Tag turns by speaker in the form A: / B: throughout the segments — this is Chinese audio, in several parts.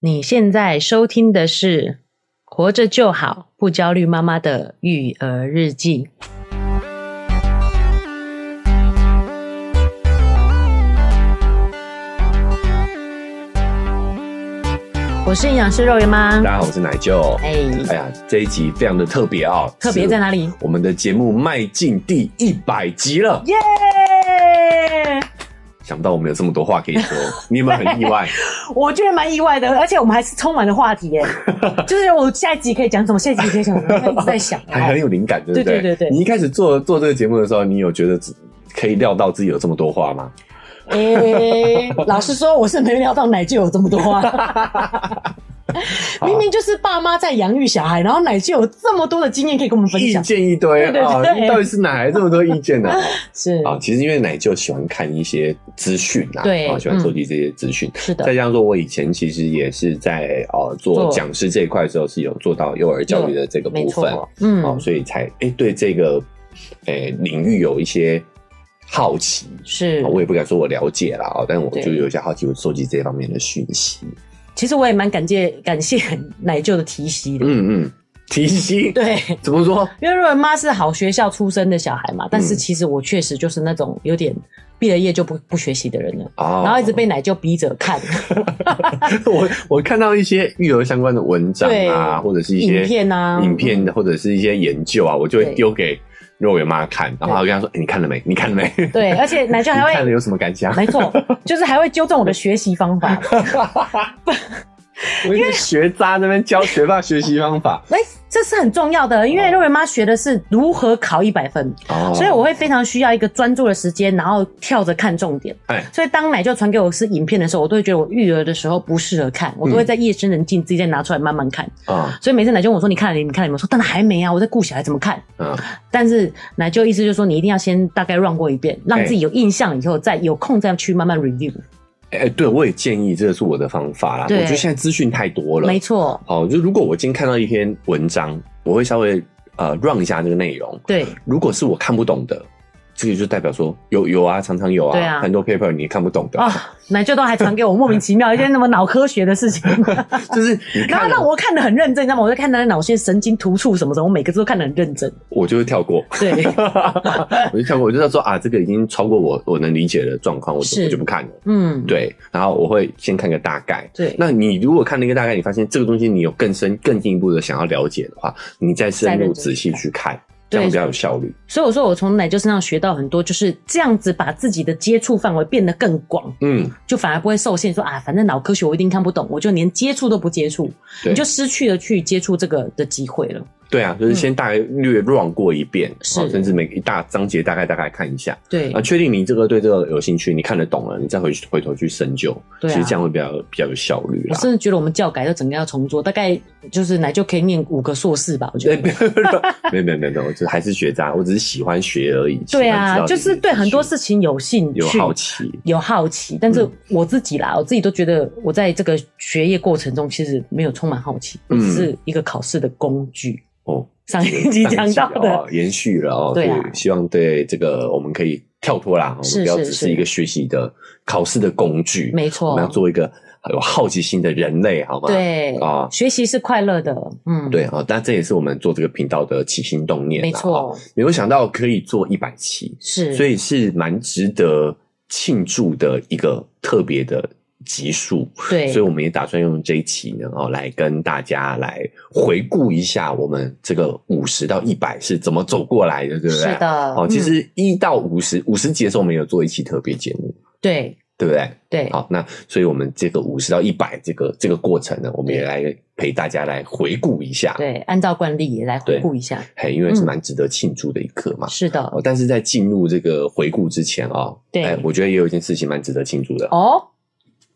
A: 你现在收听的是《活着就好，不焦虑妈妈的育儿日记》。我是营养师肉圆妈
B: 大。家好，我是奶舅。
A: 哎、
B: 哎呀，这一集非常的特别哦，
A: 特别在哪里
B: 是？我们的节目迈进第一百集了，
A: 耶、
B: 想不到我们有这么多话可以 说，你有没有很意外？
A: 我觉得蛮意外的，而且我们还是充满了话题 耶。就是我下一集可以讲什么，下一集可以讲什么，一直在想。
B: 还很有灵感，对不对？
A: 对对对对
B: 你一开始做做这个节目的时候，你有觉得自可以料到自己有这么多话吗？
A: 诶、哎老实说，我是没料到奶就有这么多 啊。明明就是爸妈在养育小孩，然后奶就有这么多的经验可以跟我们分
B: 意
A: 享。
B: 见一堆
A: 对对
B: 啊！
A: 对
B: 到底是哪来这么多意 见呢、
A: 是
B: 啊，其实因为奶舅喜欢看一些资讯啊，
A: 对嗯
B: 啊，喜欢收集这些资讯。
A: 是
B: 再，加上说，我以前其实也是在呃
A: 做
B: 做讲师这一块的时候，是有做到幼儿教育的这个
A: 没
B: 部分。
A: 错。嗯
B: 哦，所以才哎、对这个诶、领域有一些好奇。
A: 是
B: 啊我也不敢说我了解啦，哦，但我
A: 对
B: 就有一些好奇，我收集这方面的讯息。
A: 其实我也蛮感谢感谢奶舅的提携的。
B: 嗯嗯，提息
A: 对，
B: 怎么说？
A: 因为瑞文妈是好学校出身的小孩嘛，但是
B: 嗯
A: 其实我确实就是那种有点毕了业就不不学习的人了。
B: 哦，
A: 然后一 直被奶舅逼着看
B: 我我看到一些育儿相关的文章啊，
A: 对
B: 或者是一些
A: 影片啊，
B: 影片嗯或者是一些研究啊，我就
A: 对
B: 会丢给肉圆妈看，然后她会跟她说：“哎、你看了没？你看了没？
A: 对，而且奶舅
B: 你啊
A: 还会
B: 看了有什么感 想
A: 没错，就是还会纠正我的学习方法。？”
B: 我一个学渣那边教学霸学习方 法，
A: 哎、这是很重要的，因为肉圆妈学的是如何考一百分，
B: 哦
A: 所以我会非常需要一个专注的时间，然后跳着看重点。
B: 哎
A: 所以当奶舅传给我是影片的时候，我都会觉得我育儿的时候不适合看，我
B: 嗯
A: 都会在夜深人静自己再拿出来慢慢看。
B: 啊
A: 所以每次奶舅问我说：“你看了没？你看了没？”我说：“当然还没啊，我在顾小孩怎么看。
B: 嗯”
A: 但是奶舅意思就是说，你一定要先大概 run 过一遍，让
B: 哎
A: 自己有印象以后，再有空再去慢慢 review。
B: 哎、对，我也建议这个是我的方法啦。我
A: 对
B: 觉得现在资讯太多了，
A: 没错，
B: 好，就如果我今天看到一篇文章，我会稍微呃 run 一下这个内容。
A: 对，
B: 如果是我看不懂的，这个就代表说有有啊，常常有啊，
A: 对啊
B: 很多 paper 你看不懂的，
A: 啊、奶舅都还传给我莫名其妙一些那么脑科学的事情，
B: 就是 你
A: 然后
B: 看
A: 让
B: 了
A: 我看得很认真，你知道吗？我在看他的脑线神经突触什么什么，我每个字都看得很认真。
B: 我就会 跳过，
A: 对，
B: 我就跳过，我就知道说啊，这个已经超过我我能理解的状况，我就是我就不看了。
A: 嗯，
B: 对，然后我会先看个大概。
A: 对，
B: 那你如果看了一个大概，你发现这个东西你有更深、更进一步的想要了解的话，你
A: 再
B: 再深
A: 认
B: 入
A: 真
B: 仔细
A: 看
B: 去看，
A: 对
B: 这样比较有效率。
A: 所以我说我从奶舅身上学到很多，就是这样子把自己的接触范围变得更广，
B: 嗯，
A: 就反而不会受限说啊，反正脑科学我一定看不懂，我就连接触都不接触，
B: 对
A: 你就失去了去接触这个的机会了。
B: 对啊，就是先大概略 run 过一遍，
A: 嗯是
B: 啊甚至每一大章节大概大概看一下
A: 对
B: 啊，确定你这个对这个有兴趣，你看得懂了，你再回去回头去深究，
A: 对啊
B: 其实这啊样会比较比较有效率
A: 我
B: 啦。
A: 甚至觉得我们教改都整个要重做，大概就是奶舅可以念五个硕士吧，我觉
B: 对，
A: 得。
B: 没有没有没有没有，我就还是学渣，我只是喜欢学而已。
A: 对
B: 喜欢知
A: 啊，
B: 道
A: 就是对很多事情有兴趣，
B: 有好奇，
A: 有好奇，但
B: 嗯
A: 是我自己啦，我自己都觉得我在这个学业过程中其实没有充满好奇，我
B: 嗯
A: 只是一个考试的工具。
B: 哦。
A: 上一集讲到
B: 哦
A: 的，
B: 延续了哦，
A: 对啊
B: 所以希望对这个我们可以跳脱啦，哦我
A: 是
B: 们不要
A: 是
B: 只
A: 是
B: 是一个学习的考试的工具，
A: 没
B: 我
A: 错
B: 们，要做一个呃有好奇心的人类，好吗？
A: 对
B: 啊
A: 学习是快乐的，嗯，
B: 对，好，但这也是我们做这个频道的起心动念啦，
A: 没
B: 哦，
A: 错，
B: 没有想到可以做一百期，
A: 是，
B: 所以是蛮值得庆祝的一个特别的集数。
A: 对
B: 所以我们也打算用这一期呢，哦，来跟大家来回顾一下我们这个五十到一百是怎么走过来的，对不对？
A: 是。的，
B: 哦，
A: 嗯
B: 其实一到五十五十集的时候，我们有做一期特别节目，
A: 对
B: 对不对？
A: 对，
B: 好，那所以我们这个五十到一百这个这个过程呢，我们也来陪大家来回顾一下。
A: 对，按照惯例也来回
B: 对
A: 顾一下，
B: 嘿，因为
A: 嗯
B: 是蛮值得庆祝的一刻嘛。
A: 是的，
B: 哦，但是在进入这个回顾之前啊、哦，
A: 对
B: 哎我觉得也有一件事情蛮值得庆祝的。
A: 哦，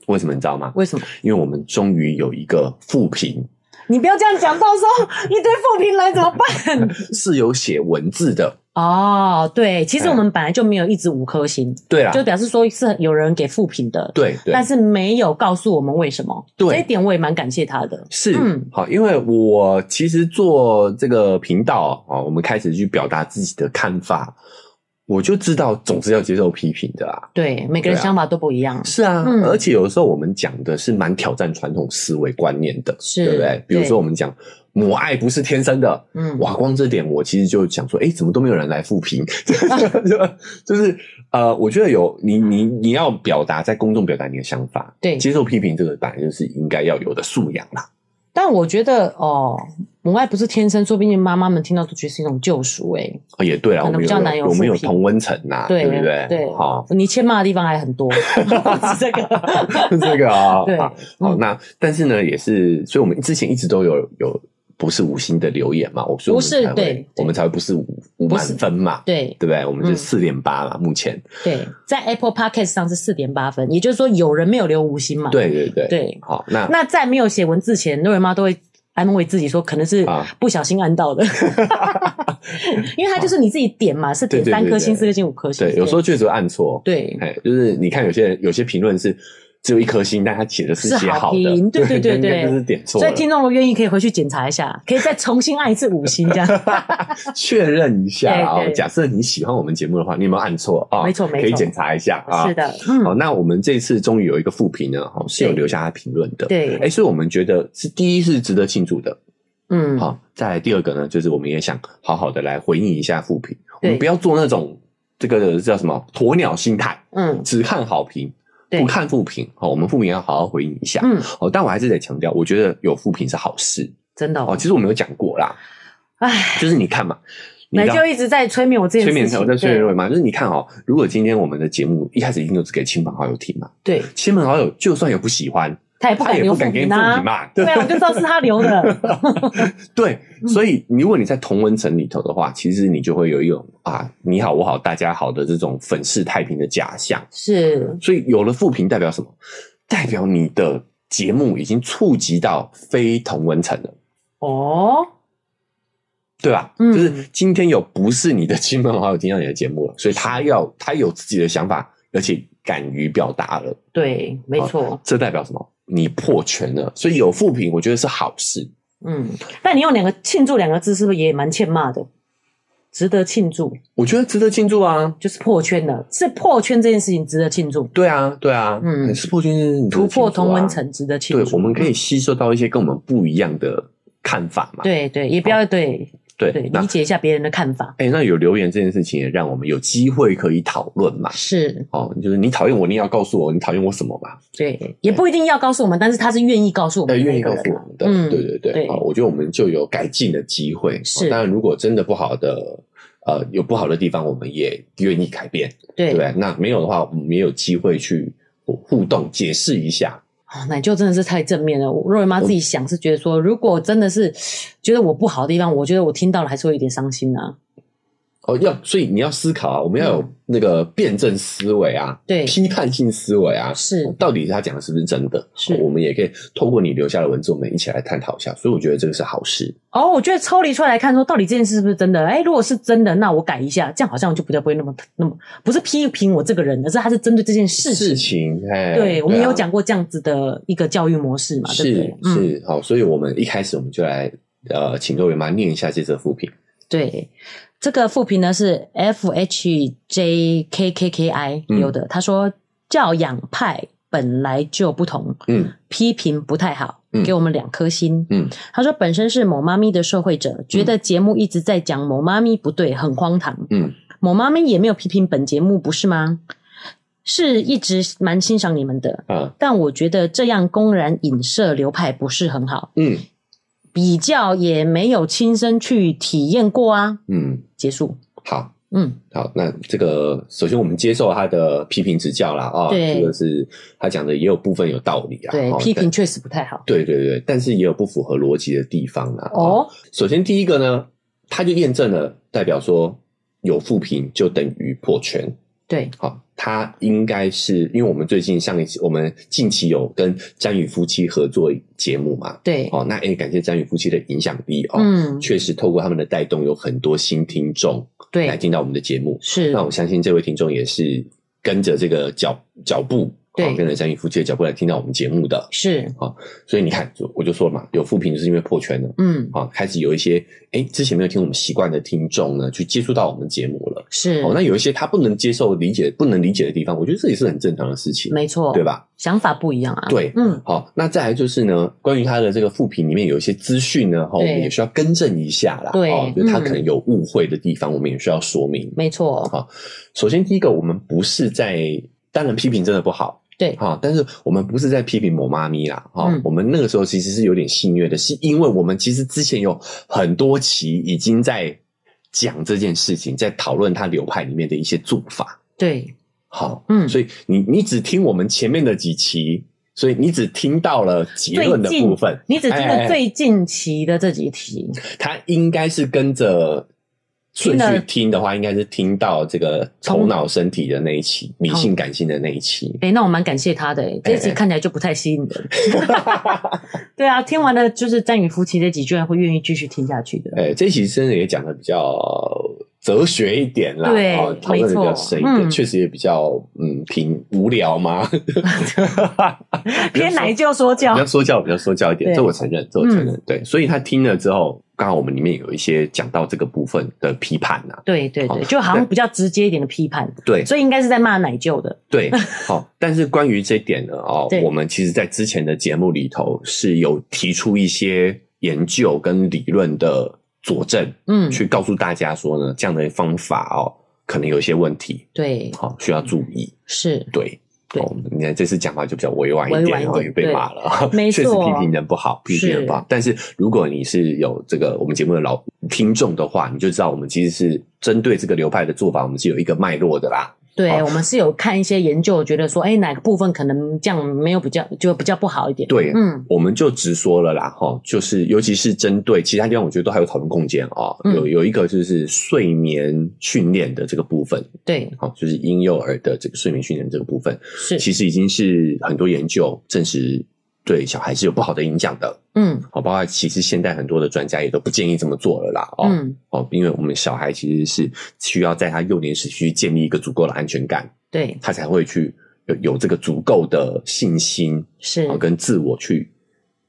B: 为什么你知道吗？
A: 为什么？
B: 因为我们终于有一个复评，
A: 你不要这样讲，到时候一堆负评来怎么办？
B: 是有写文字的。
A: 哦，对，其实
B: 哎
A: 我们本来就没有一直五颗星，
B: 对啦，
A: 就表示说是有人给负评的，
B: 对对
A: 但，是没有告诉我们为什么。
B: 对
A: 这一点我也蛮感谢他的。
B: 是、
A: 嗯
B: 好，因为我其实做这个频道啊、哦，我们开始去表达自己的看法。我就知道总是要接受批评的啊。
A: 对，每个人
B: 对啊
A: 想法都不一样。
B: 是啊，
A: 嗯
B: 而且有时候我们讲的是蛮挑战传统思维观念的，
A: 是
B: 对不对？比如说我们讲母爱不是天生的，
A: 嗯，
B: 哇，光这点我其实就想说，哎，怎么都没有人来复评？ 就是呃，我觉得有你你你要表达在公众表达你的想法，
A: 对。
B: 接受批评这个本来就是应该要有的素养啦。
A: 但我觉得哦，母爱不是天生，说不定妈妈们听到都觉得是一种救赎哎、
B: 哦，也对啊，
A: 可
B: 我
A: 能
B: 们
A: 比较难有
B: 有我们有
A: 复评
B: 同温层呐，
A: 对
B: 不对？哦
A: 对
B: 好，
A: 你欠骂的地方还很多，是这个。
B: 这个啊、
A: 对
B: 好
A: 嗯
B: 好那但是呢，也是，所以我们之前一直都有有不是无心的留言嘛，我所以
A: 不
B: 我们
A: 是
B: 才
A: 对
B: 会
A: 对
B: 我们才会不是五五满分嘛，
A: 对
B: 对不对？我们是
A: 嗯
B: 四点八嘛，目前，
A: 对，在 Apple Podcast 上是四点八分，也就是说有人没有留五星嘛。
B: 对对对，
A: 对。
B: 好， 那
A: 那在没有写文字前，瑞文妈都会安慰自己说，可能是
B: 啊
A: 不小心按 到的，因为它就是你自己点嘛，是点
B: 对对对
A: 三颗星、
B: 对
A: 四颗星、五颗星。
B: 对，有时候确实会按错，，
A: 对
B: 哎，就是你看有些人有些评论是只有一颗星，但他写的是
A: 是
B: 写
A: 好
B: 好的，
A: 评对对对
B: 应
A: 对
B: 该就是点错
A: 所
B: 了，
A: 以听众如果愿意，可以回去检查一下，可以再重新按一次五星这样。
B: 确认一下啊、
A: 对对
B: 假设你喜欢我们节目的话，你有没有按错啊？
A: 没错没错
B: 可以检查一下啊。
A: 是的，嗯，
B: 好，那我们这次终于有一个复评呢，哈，是有
A: 对
B: 留下他评论的。
A: 对，
B: 哎，所以我们觉得是第一是值得庆祝的，
A: 嗯，
B: 好、再来第二个呢，就是我们也想好好的来回应一下负评，我
A: 对
B: 们不要做那种这个叫什么鸵鸟心态，
A: 嗯，
B: 只看好评
A: 对
B: 不看负评，好、我们负评要好好回应一下。
A: 嗯，
B: 哦，但我还是得强调，我觉得有负评是好事
A: 真的
B: 哦。
A: 哦
B: 其，实我们有讲过啦，
A: 唉，
B: 就是你看嘛，你
A: 奶
B: 知道
A: 就一直在催眠我这件
B: 催眠
A: 事
B: 才
A: 情，
B: 我在催眠嘛，就是你看哦，如果今天我们的节目一开始一定都是给亲朋好友听嘛，
A: 对，对
B: 亲朋好友就算有不喜欢，
A: 他也不
B: 他
A: 敢
B: 也
A: 留
B: 不
A: 负
B: 敢给你
A: 评
B: 负
A: 啊
B: 评，嘛，对
A: 对啊，我嗯就知道是他留的，
B: 对，所以如果你在同文层里头的话，其实你就会有一种啊你好我好大家好的这种粉饰太平的假象。
A: 是，
B: 所以有了负评代表什么？代表你的节目已经触及到非同文层了。
A: 哦，
B: 对吧？
A: 嗯
B: 就是今天有不是你的亲朋好友听到你的节目了，所以他要他有自己的想法，而且敢于表达了，
A: 对，没错，
B: 这代表什么？你破圈了。所以有负评，我觉得是好事。
A: 嗯，但你用两个庆祝两个字，是不是也蛮欠骂的？值得庆祝，
B: 我觉得值得庆祝啊！
A: 就是破圈了，是破圈这件事情值得庆祝，
B: 对啊，对啊，
A: 嗯
B: 是破圈这件事情值得
A: 突
B: 庆祝啊
A: 破同温层值得庆
B: 对，
A: 祝，
B: 我们可以吸收到一些跟我们不一样的看法嘛。
A: 对对，也不要对
B: 对
A: 对
B: 那
A: 理解一下别人的看法，
B: 哎、那有留言这件事情也让我们有机会可以讨论嘛。
A: 是
B: 哦，就是你讨厌我，你也要告诉我你讨厌我什么嘛。
A: 对，也不一定要告诉我们，但是他是愿意告诉我
B: 呃，
A: 们的
B: 愿
A: 那
B: 意
A: 个
B: 告
A: 人
B: 诉
A: 啊，
B: 我们的，
A: 嗯
B: 对对对，
A: 对
B: 好，我觉得我们就有改进的机会。
A: 是
B: 哦当然如果真的不好的，呃，有不好的地方，我们也愿意改变，对不
A: 对，
B: 对？那没有的话，我们也有机会去互动、解释一下。
A: 哦，奶舅真的是太正面了。我若瑞妈自己想是觉得说，如果真的是觉得我不好的地方，我觉得我听到了还是会有点伤心啊。
B: 哦，要所以你要思考啊，我们要有
A: 嗯
B: 那个辩证思维啊，
A: 对
B: 批判性思维啊，
A: 是，
B: 到底他讲的是不是真的？
A: 是
B: 我们也可以透过你留下的文字，我们一起来探讨一下。所以我觉得这个是好事。
A: 哦，我觉得抽离出来看，说到底这件事是不是真的？哎，如果是真的，那我改一下，这样好像就比较不会那么那么不是批评我这个人，而是他是针对这件事
B: 事
A: 情。
B: 情，哎，
A: 对，我们也
B: 啊
A: 有讲过这样子的一个教育模式嘛，对不
B: 是
A: 对？嗯，
B: 是好，所以我们一开始我们就来呃，请各位妈念一下这则复评。
A: 对。这个复评呢是 F H J K K K I
B: 嗯
A: 留的，他说教养派本来就不同，
B: 嗯
A: 批评不太好
B: 嗯，
A: 给我们两颗星。
B: 嗯，
A: 他说本身是某妈咪的受惠者，觉得节目一直在讲某妈咪不对，很荒唐。
B: 嗯，
A: 某妈咪也没有批评本节目，不是吗？是一直蛮欣赏你们的，
B: 啊
A: 但我觉得这样公然影射流派不是很好，
B: 嗯
A: 比较也没有亲身去体验过啊。
B: 嗯，
A: 结束。
B: 好。
A: 嗯，
B: 好，那这个首先我们接受他的批评指教啦，啊、
A: 对
B: 这个是他讲的也有部分有道理啊，
A: 对，
B: 哦
A: 批评
B: 但
A: 确实不太好。
B: 对对对，但是也有不符合逻辑的地方啊啦。
A: 哦，
B: 首先第一个呢，他就验证了，代表说有负评就等于破圈，
A: 对，
B: 好，他应该是因为我们最近上一期，我们近期有跟詹宇夫妻合作节目嘛，
A: 对，
B: 哦，那也感谢詹宇夫妻的影响力哦，
A: 嗯，
B: 确实透过他们的带动，有很多新听众来
A: 对，
B: 听到我们的节目。
A: 是
B: 那，我相信这位听众也是跟着这个脚脚步啊
A: 对
B: 跟着家庭夫妻的脚步来听到我们节目的。
A: 是，
B: 所以你看，就我就说嘛，有负评就是因为破圈了。
A: 嗯，
B: 啊，开始有一些哎，之前没有听我们习惯的听众呢，去接触到我们节目了。
A: 是，
B: 哦，那有一些他不能接受、理解、不能理解的地方，我觉得这也是很正常的事情，
A: 没错，
B: 对？吧？
A: 想法不一样啊，
B: 对
A: 嗯，
B: 好，那再来就是呢，关于他的这个副评里面有一些资讯呢，哈、我们
A: 对
B: 也需要更正一下啦。
A: 对
B: 哦，就是他
A: 嗯
B: 可能有误会的地方，我们也需要说明。
A: 没错，
B: 好首先，第一个，我们不是在，当然批评真的不好，
A: 对
B: 哈、但是我们不是在批评某妈咪啦，哈、
A: 嗯
B: 我们那个时候其实是有点戏谑的，是因为我们其实之前有很多期已经在讲这件事情，在讨论他流派里面的一些做法，
A: 对，
B: 好，
A: 嗯
B: 所以你你只听我们前面的几期，所以你只听到了结论的
A: 最近
B: 部分，
A: 你只听
B: 哎哎
A: 了
B: 哎
A: 最近期的这几题，
B: 他应该是跟着顺
A: 听
B: 序
A: 了
B: 听的话，应该是听到这个头脑身体的那一期，理性感性的那一期。
A: 哎、那我蛮感谢他的、哎，这一集
B: 哎哎
A: 看起来就不太吸引 人。对啊，听完了就是《战与夫妻》这集，居然会愿意继续听下去的。
B: 哎，这一期真的也讲的比较哲学一点啦，
A: 对
B: 哦讨论的比较
A: 没错
B: 深一点，
A: 嗯
B: 确实也比较嗯平无聊嘛，
A: 偏奶就说教
B: 比较，说教，比较说教一点，
A: 对嗯
B: 这我承认，这我承认。对，所以他听了之后，刚好我们里面有一些讲到这个部分的批判呐、
A: 对对
B: 好
A: 对，就好像比较直接一点的批判，
B: 对，
A: 所以应该是在骂奶舅的。
B: 对，好、但是关于这一点呢，哦
A: 对，
B: 我们其实在之前的节目里头是有提出一些研究跟理论的佐证，
A: 嗯，
B: 去告诉大家说呢，这样的方法哦，可能有一些问题，
A: 对，
B: 好、需要注意。
A: 是
B: 对，
A: 嗯对
B: 哦，你看这次讲话就比较委婉一
A: 委婉
B: 点，
A: 一
B: 然后
A: 点
B: 也被骂了，
A: 对没
B: 确实
A: 错
B: 批评人不好，批评人不好。但是如果你是有这个我们节目的老听众的话，你就知道我们其实是针对这个流派的做法，我们是有一个脉络的啦。
A: 对，
B: 好
A: 我们是有看一些研究，觉得说，哎，哪个部分可能这样没有比较，就比较不好一点。
B: 对
A: 嗯，
B: 我们就直说了啦，哈，就是尤其是针对其他地方，我觉得都还有讨论空间哦。
A: 嗯
B: 有有一个就是睡眠训练的这个部分，
A: 对，
B: 好、就是婴幼儿的这个睡眠训练这个部分，
A: 是，
B: 其实已经是很多研究证实对小孩是有不好的影响的。
A: 嗯
B: 好，包括其实现在很多的专家也都不建议这么做了啦。哦、
A: 嗯，
B: 哦，因为我们小孩其实是需要在他幼年时期建立一个足够的安全感，
A: 对，
B: 他才会去有有这个足够的信心
A: 是
B: 啊、，哦跟自我去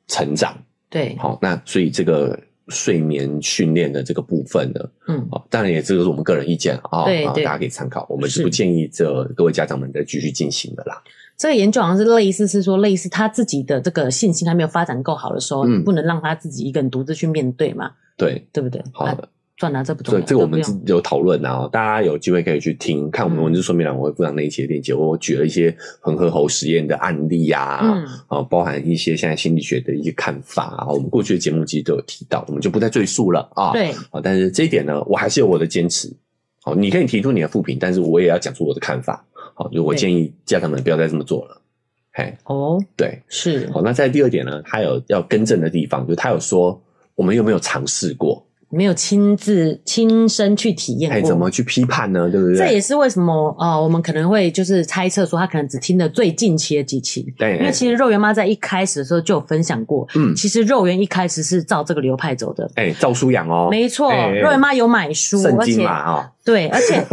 B: 成长。
A: 对，
B: 好、那所以这个睡眠训练的这个部分呢，
A: 嗯，
B: 哦，当然也这个是我们个人意见啊、
A: 对
B: 啊，
A: 对
B: 大家可以参考。我们
A: 是
B: 是不建议这各位家长们再继续进行的啦。
A: 这个研究好像是类似是说，类似他自己的这个信心还没有发展够好的时候，
B: 嗯
A: 你不能让他自己一个人独自去面对嘛，
B: 对，
A: 对不对？
B: 好
A: 啊，算了，这不重
B: 所以
A: 要。
B: 这个我们
A: 不
B: 是
A: 用
B: 有讨论啊，大家有机会可以去听，看我
A: 嗯
B: 们文字说明栏，我会附上那一期的链接。我举了一些恒河猴实验的案例啊，
A: 嗯，
B: 啊，包含一些现在心理学的一些看法啊，我们过去的节目其实都有提到，我们就不再赘述了啊。，
A: 对，
B: 啊，但是这一点呢，我还是有我的坚持。好，你可以提出你的负评，但是我也要讲出我的看法。好，就我
A: 对
B: 建议家长们不要再这么做了。嘿，
A: 哦，
B: 对，
A: 是，
B: 好，那在第二点呢，他有要更正的地方，就是他有说我们有没有尝试过？
A: 没有亲自亲身去体验
B: 哎，
A: 过。
B: 怎么去批判呢？对不对？
A: 这也是为什么呃，我们可能会就是猜测说，他可能只听了最近期的几期，
B: 对，
A: 因为其实肉圆妈在一开始的时候就有分享过，
B: 嗯，
A: 其实肉圆一开始是照这个流派走的，
B: 哎，赵舒阳哦，
A: 没错，
B: 哎哎哎
A: 肉圆妈有买书，
B: 圣
A: 而
B: 经
A: 且
B: 嘛啊，
A: 对，而 且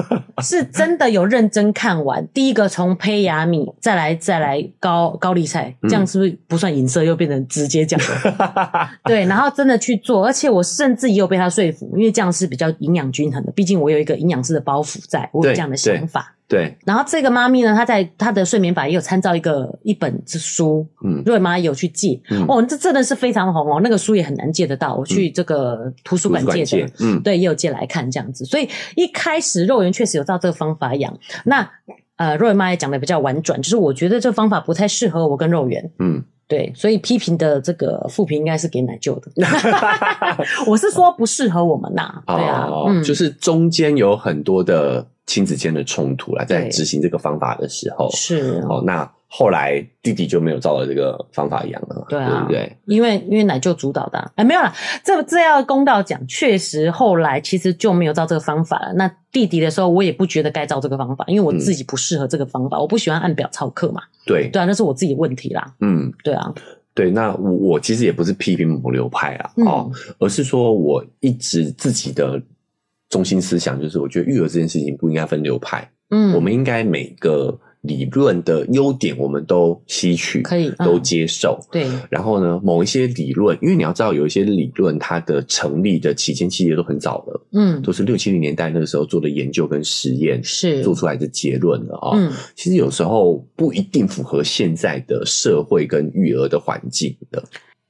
A: 是真的有认真看完。第一个从胚芽米，再来再来高高丽菜，这
B: 嗯
A: 样是不是不算影射，又变成直接讲 了？对，然后真的去做，而且我甚至也有被他说服，因为这样是比较营养均衡的。毕竟我有一个营养师的包袱在，我有
B: 对
A: 这样的想法。
B: 对，
A: 然后这个妈咪呢，她在她的睡眠法也有参照一个一本书，
B: 嗯
A: 瑞妈有去借、
B: 嗯
A: 哦，这真的是非常红哦，那个书也很难借得到，我去这个图书
B: 图
A: 馆
B: 书
A: 借
B: 馆
A: 的。
B: 界，嗯，
A: 对，也有借来看这样子。所以一开始肉圆确实有照这个方法养。那呃，肉圆妈也讲的比较婉转，就是我觉得这方法不太适合我跟肉圆。
B: 嗯，
A: 对，所以批评的这个负评应该是给奶舅的。 我是说不适合我们呐、对啊，
B: 哦
A: 嗯，，
B: 就是中间有很多的亲子间的冲突啦，在
A: 对
B: 执行这个方法的时候，
A: 是，
B: 哦，那后来弟弟就没有照着这个方法养了嘛，
A: 对啊
B: 不对？
A: 因为因为奶舅主导的、啊，哎，没有啦，这这要公道讲，确实后来其实就没有照这个方法了。那弟弟的时候，我也不觉得该照这个方法，因为我
B: 嗯
A: 自己不适合这个方法，我不喜欢按表操课嘛。
B: 对，
A: 对啊，那是我自己的问题啦。
B: 嗯，
A: 对啊，
B: 对。那我我其实也不是批评某流派啊，
A: 嗯
B: 哦，而是说我一直自己的中心思想就是，我觉得育儿这件事情不应该分流派，
A: 嗯，
B: 我们应该每个理论的优点我们都吸取，
A: 可以嗯
B: 都接受。
A: 对，
B: 然后呢，某一些理论，因为你要知道，有一些理论它的成立的期间其实都很早了，
A: 嗯，
B: 都是六七零年代那个时候做的研究跟实验
A: 是
B: 做出来的结论了啊、
A: 嗯，
B: 其实有时候不一定符合现在的社会跟育儿的环境的。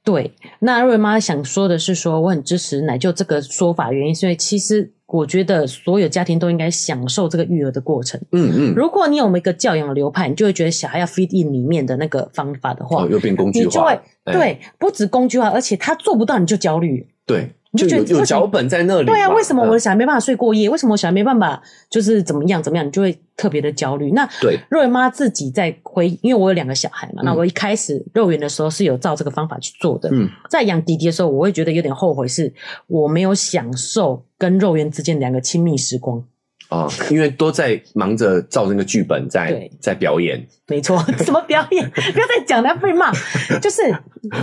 A: 对。那瑞妈想说的是说我很支持奶舅这个说法，原因是因为其实我觉得所有家庭都应该享受这个育儿的过程。
B: 嗯嗯，
A: 如果你有一个教养流派，你就会觉得小孩要 feed in 里面的那个方法的话，
B: 哦，又变工具
A: 你就
B: 化
A: 会
B: 了，哎
A: 对不止工具化，而且他做不到你就焦虑。
B: 对，
A: 你就
B: 就
A: 觉
B: 有
A: 得
B: 有
A: 为什么
B: 脚本在那里嘛。
A: 对啊，为什么我的
B: 嗯
A: 小孩没办法睡过夜？为什么我小孩没办法就是怎么样怎么样？你就会特别的焦虑。那
B: 对
A: 瑞妈自己在回，因为我有两个小孩嘛，
B: 嗯
A: 那我一开始肉圆的时候是有照这个方法去做的。
B: 嗯
A: 在养弟弟的时候，我会觉得有点后悔，是我没有享受跟肉圆之间两个亲密时光。
B: 啊、因为都在忙着照那个剧本在
A: 对
B: 在表演。
A: 没错， 什么表演？不要再讲，他被骂。就是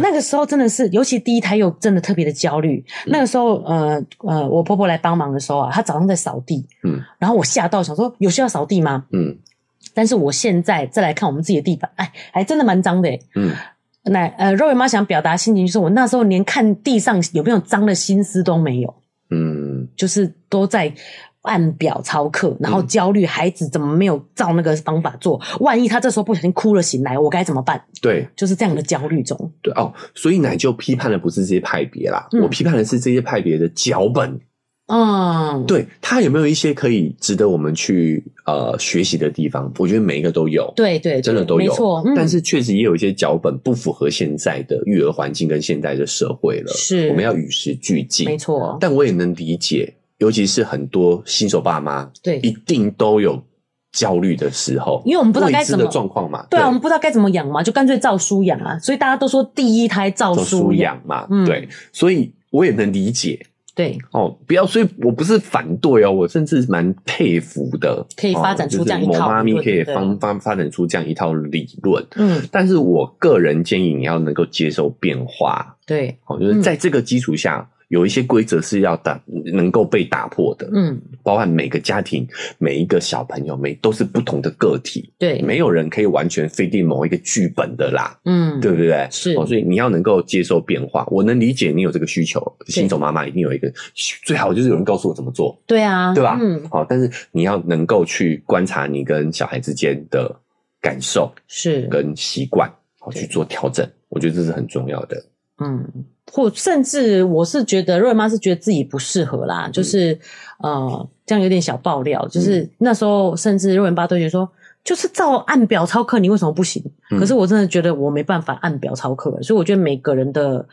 A: 那个时候真的是，尤其第一胎又真的特别的焦虑。
B: 嗯
A: 那个时候，呃呃，我婆婆来帮忙的时候啊，她早上在扫地，
B: 嗯
A: 然后我吓到想说，有需要扫地吗？
B: 嗯
A: 但是我现在再来看我们自己的地板，哎，还真的蛮脏的欸。
B: 嗯，
A: 那呃，肉圆妈想表达心情就是，我那时候连看地上有没有脏的心思都没有，
B: 嗯，
A: 就是都在按表操课，然后
B: 嗯
A: 焦虑孩子怎么没有照那个方法做，万一他这时候不小心哭了醒来，我该怎么办？
B: 对
A: 就是这样的焦虑中。
B: 对哦，所以奶就批判的不是这些派别啦，
A: 嗯
B: 我批判的是这些派别的脚本，
A: 嗯，
B: 对它有没有一些可以值得我们去呃学习的地方？我觉得每一个都有，
A: 对对对
B: 真的都
A: 没
B: 有
A: 错。嗯、
B: 但是确实也有一些脚本不符合现在的育儿环境跟现在的社会了，
A: 是
B: 我们要与时俱进，
A: 没错，
B: 但我也能理解，尤其是很多新手爸妈，
A: 对
B: 一定都有焦虑的时候，
A: 因为我们不知道
B: 未
A: 该
B: 知
A: 怎
B: 的
A: 么
B: 状况嘛，
A: 对啊，我们不知道该怎么养嘛，就干脆照书养啊。所以大家都说第一胎照
B: 做
A: 书
B: 书
A: 养，
B: 养嘛，
A: 嗯
B: 对，所以我也能理解
A: 对，
B: 哦。不要，所以我不是反对哦，我甚至蛮佩服的，
A: 可以发展出这样一套
B: 哦就是某妈
A: 理
B: 咪
A: 论
B: 可以
A: 对
B: 方方发展出这样一套理论。
A: 嗯，
B: 但是我个人建议你要能够接受变化，
A: 对，
B: 哦，就是在这个基础下，有一些规则是要打能够被打破的，
A: 嗯，
B: 包含每个家庭、每一个小朋友，每都是不同的个体，
A: 对，
B: 没有人可以完全非定某一个剧本的啦，
A: 嗯，
B: 对不对？
A: 是
B: 哦，所以你要能够接受变化。我能理解你有这个需求，新手妈妈一定有一个最好就是有人告诉我怎么做，
A: 对啊，
B: 对吧？
A: 嗯，
B: 好、但是你要能够去观察你跟小孩之间的感受
A: 是，
B: 跟习惯，好、
A: 嗯对
B: 去做调整。我觉得这是很重要的。
A: 嗯，或甚至我是觉得瑞妈是觉得自己不适合啦，就是、
B: 嗯
A: 呃，这样有点小爆料，就是那时候甚至瑞文巴都觉得说。就是照按表操课，你为什么不行？
B: 嗯
A: 可是我真的觉得我没办法按表操课，所以我觉得每个人的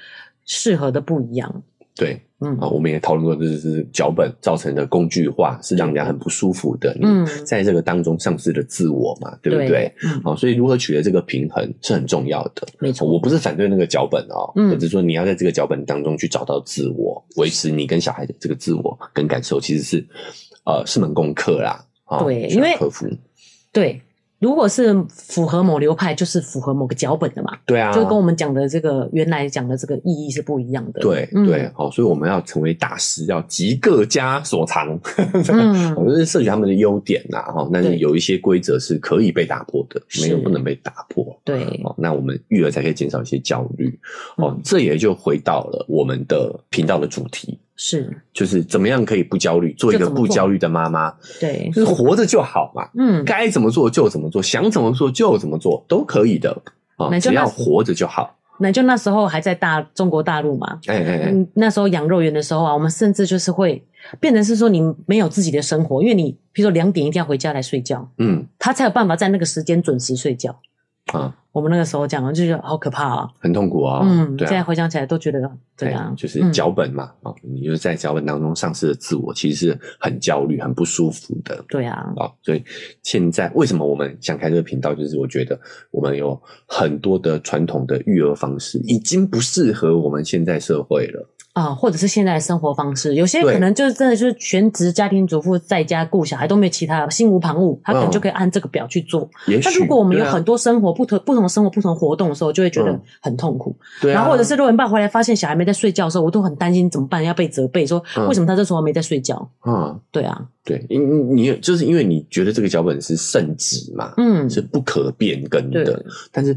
A: 适合的不一样。
B: 对
A: 嗯
B: 啊、我们也讨论过，就是脚本造成的工具化是让人家很不舒服的。
A: 嗯
B: 你在这个当中丧失了自我嘛，对不对？
A: 对嗯
B: 好、哦所以如何取得这个平衡是很重要的。
A: 没错
B: 我不是反对那个脚本哦，
A: 嗯
B: 我只是说你要在这个脚本当中去找到自我，维持你跟小孩的这个自我跟感受，其实是呃是门功课啦。啊
A: 对
B: 需要
A: 因为
B: 克服，
A: 对，如果是符合某流派，就是符合某个脚本的嘛，
B: 对啊，
A: 就跟我们讲的这个原来讲的这个意义是不一样的。
B: 对
A: 嗯
B: 对，好、所以我们要成为大师，要集各家所长，
A: 嗯
B: 我就是摄取他们的优点呐、哈，但是
A: 对
B: 有一些规则是可以被打破的，
A: 是
B: 没有不能被打破。
A: 对，嗯
B: 哦，那我们育儿才可以减少一些焦虑。哦，这也就回到了我们的频道的主题，
A: 是，
B: 就是怎么样可以不焦虑，做一
A: 就
B: 个
A: 怎么
B: 不
A: 做
B: 焦虑的妈妈，
A: 对，
B: 就是活着就好嘛，
A: 嗯，
B: 该怎么做就怎么做，想怎么做就怎么做，都可以的。啊、
A: 那就
B: 只要
A: 那
B: 活着就好。
A: 那就那时候还在大中国大陆嘛，
B: 哎哎哎，
A: 嗯，那时候养肉圆的时候啊，我们甚至就是会变成是说你没有自己的生活，因为你比如说两点一定要回家来睡觉，
B: 嗯
A: 他才有办法在那个时间准时睡觉。
B: 啊，
A: 我们那个时候讲啊，就觉得好可怕啊，
B: 很痛苦啊、
A: 嗯，
B: 对
A: 现在
B: 啊。
A: 回想起来都觉得对啊
B: 哎，就是
A: 嗯
B: 脚本嘛，啊、你就在脚本当中丧失了自我，其实是很焦虑、很不舒服的。
A: 对啊，
B: 啊、所以现在为什么我们想开这个频道，就是我觉得我们有很多的传统的育儿方式已经不适合我们现在社会了。
A: 啊，或者是现在的生活方式，有些
B: 对
A: 可能就是真的就是全职家庭主妇在家顾小孩都没有其他心无旁骛，他可能
B: 嗯
A: 就可以按这个表去做。
B: 也
A: 那
B: 许啊
A: 如果我们有很
B: 多，
A: 多生活不同不同的生活不同的活动的时候，就会觉得
B: 嗯
A: 很痛苦。
B: 对啊
A: 然后或者是如果你爸回来发现小孩没在睡觉的时候，我都很担心怎么办，要被责备说
B: 嗯
A: 为什么他这时候没在睡觉？
B: 嗯，
A: 对啊，
B: 对，因你就是因为你觉得这个脚本是圣旨嘛，
A: 嗯，
B: 是不可变更
A: 对
B: 的，但是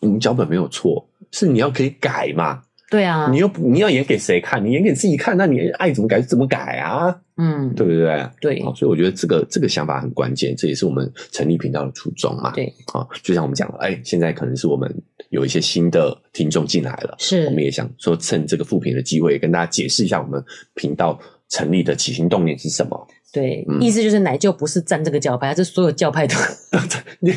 B: 我们脚本没有错，是你要可以改嘛，
A: 对啊
B: 你，又不你要演给谁看？你演给自己看，那你爱怎么改就怎么改啊，
A: 嗯，
B: 对不对？
A: 对
B: 好，所以我觉得这个这个想法很关键，这也是我们成立频道的初衷嘛。
A: 对，
B: 啊、就像我们讲的，哎，现在可能是我们有一些新的听众进来了，
A: 是
B: 我们也想说趁这个复评的机会，也跟大家解释一下我们频道成立的起心动念是什么。
A: 对，
B: 嗯
A: 意思就是奶就不是站这个教派，它是所有教派都
B: 不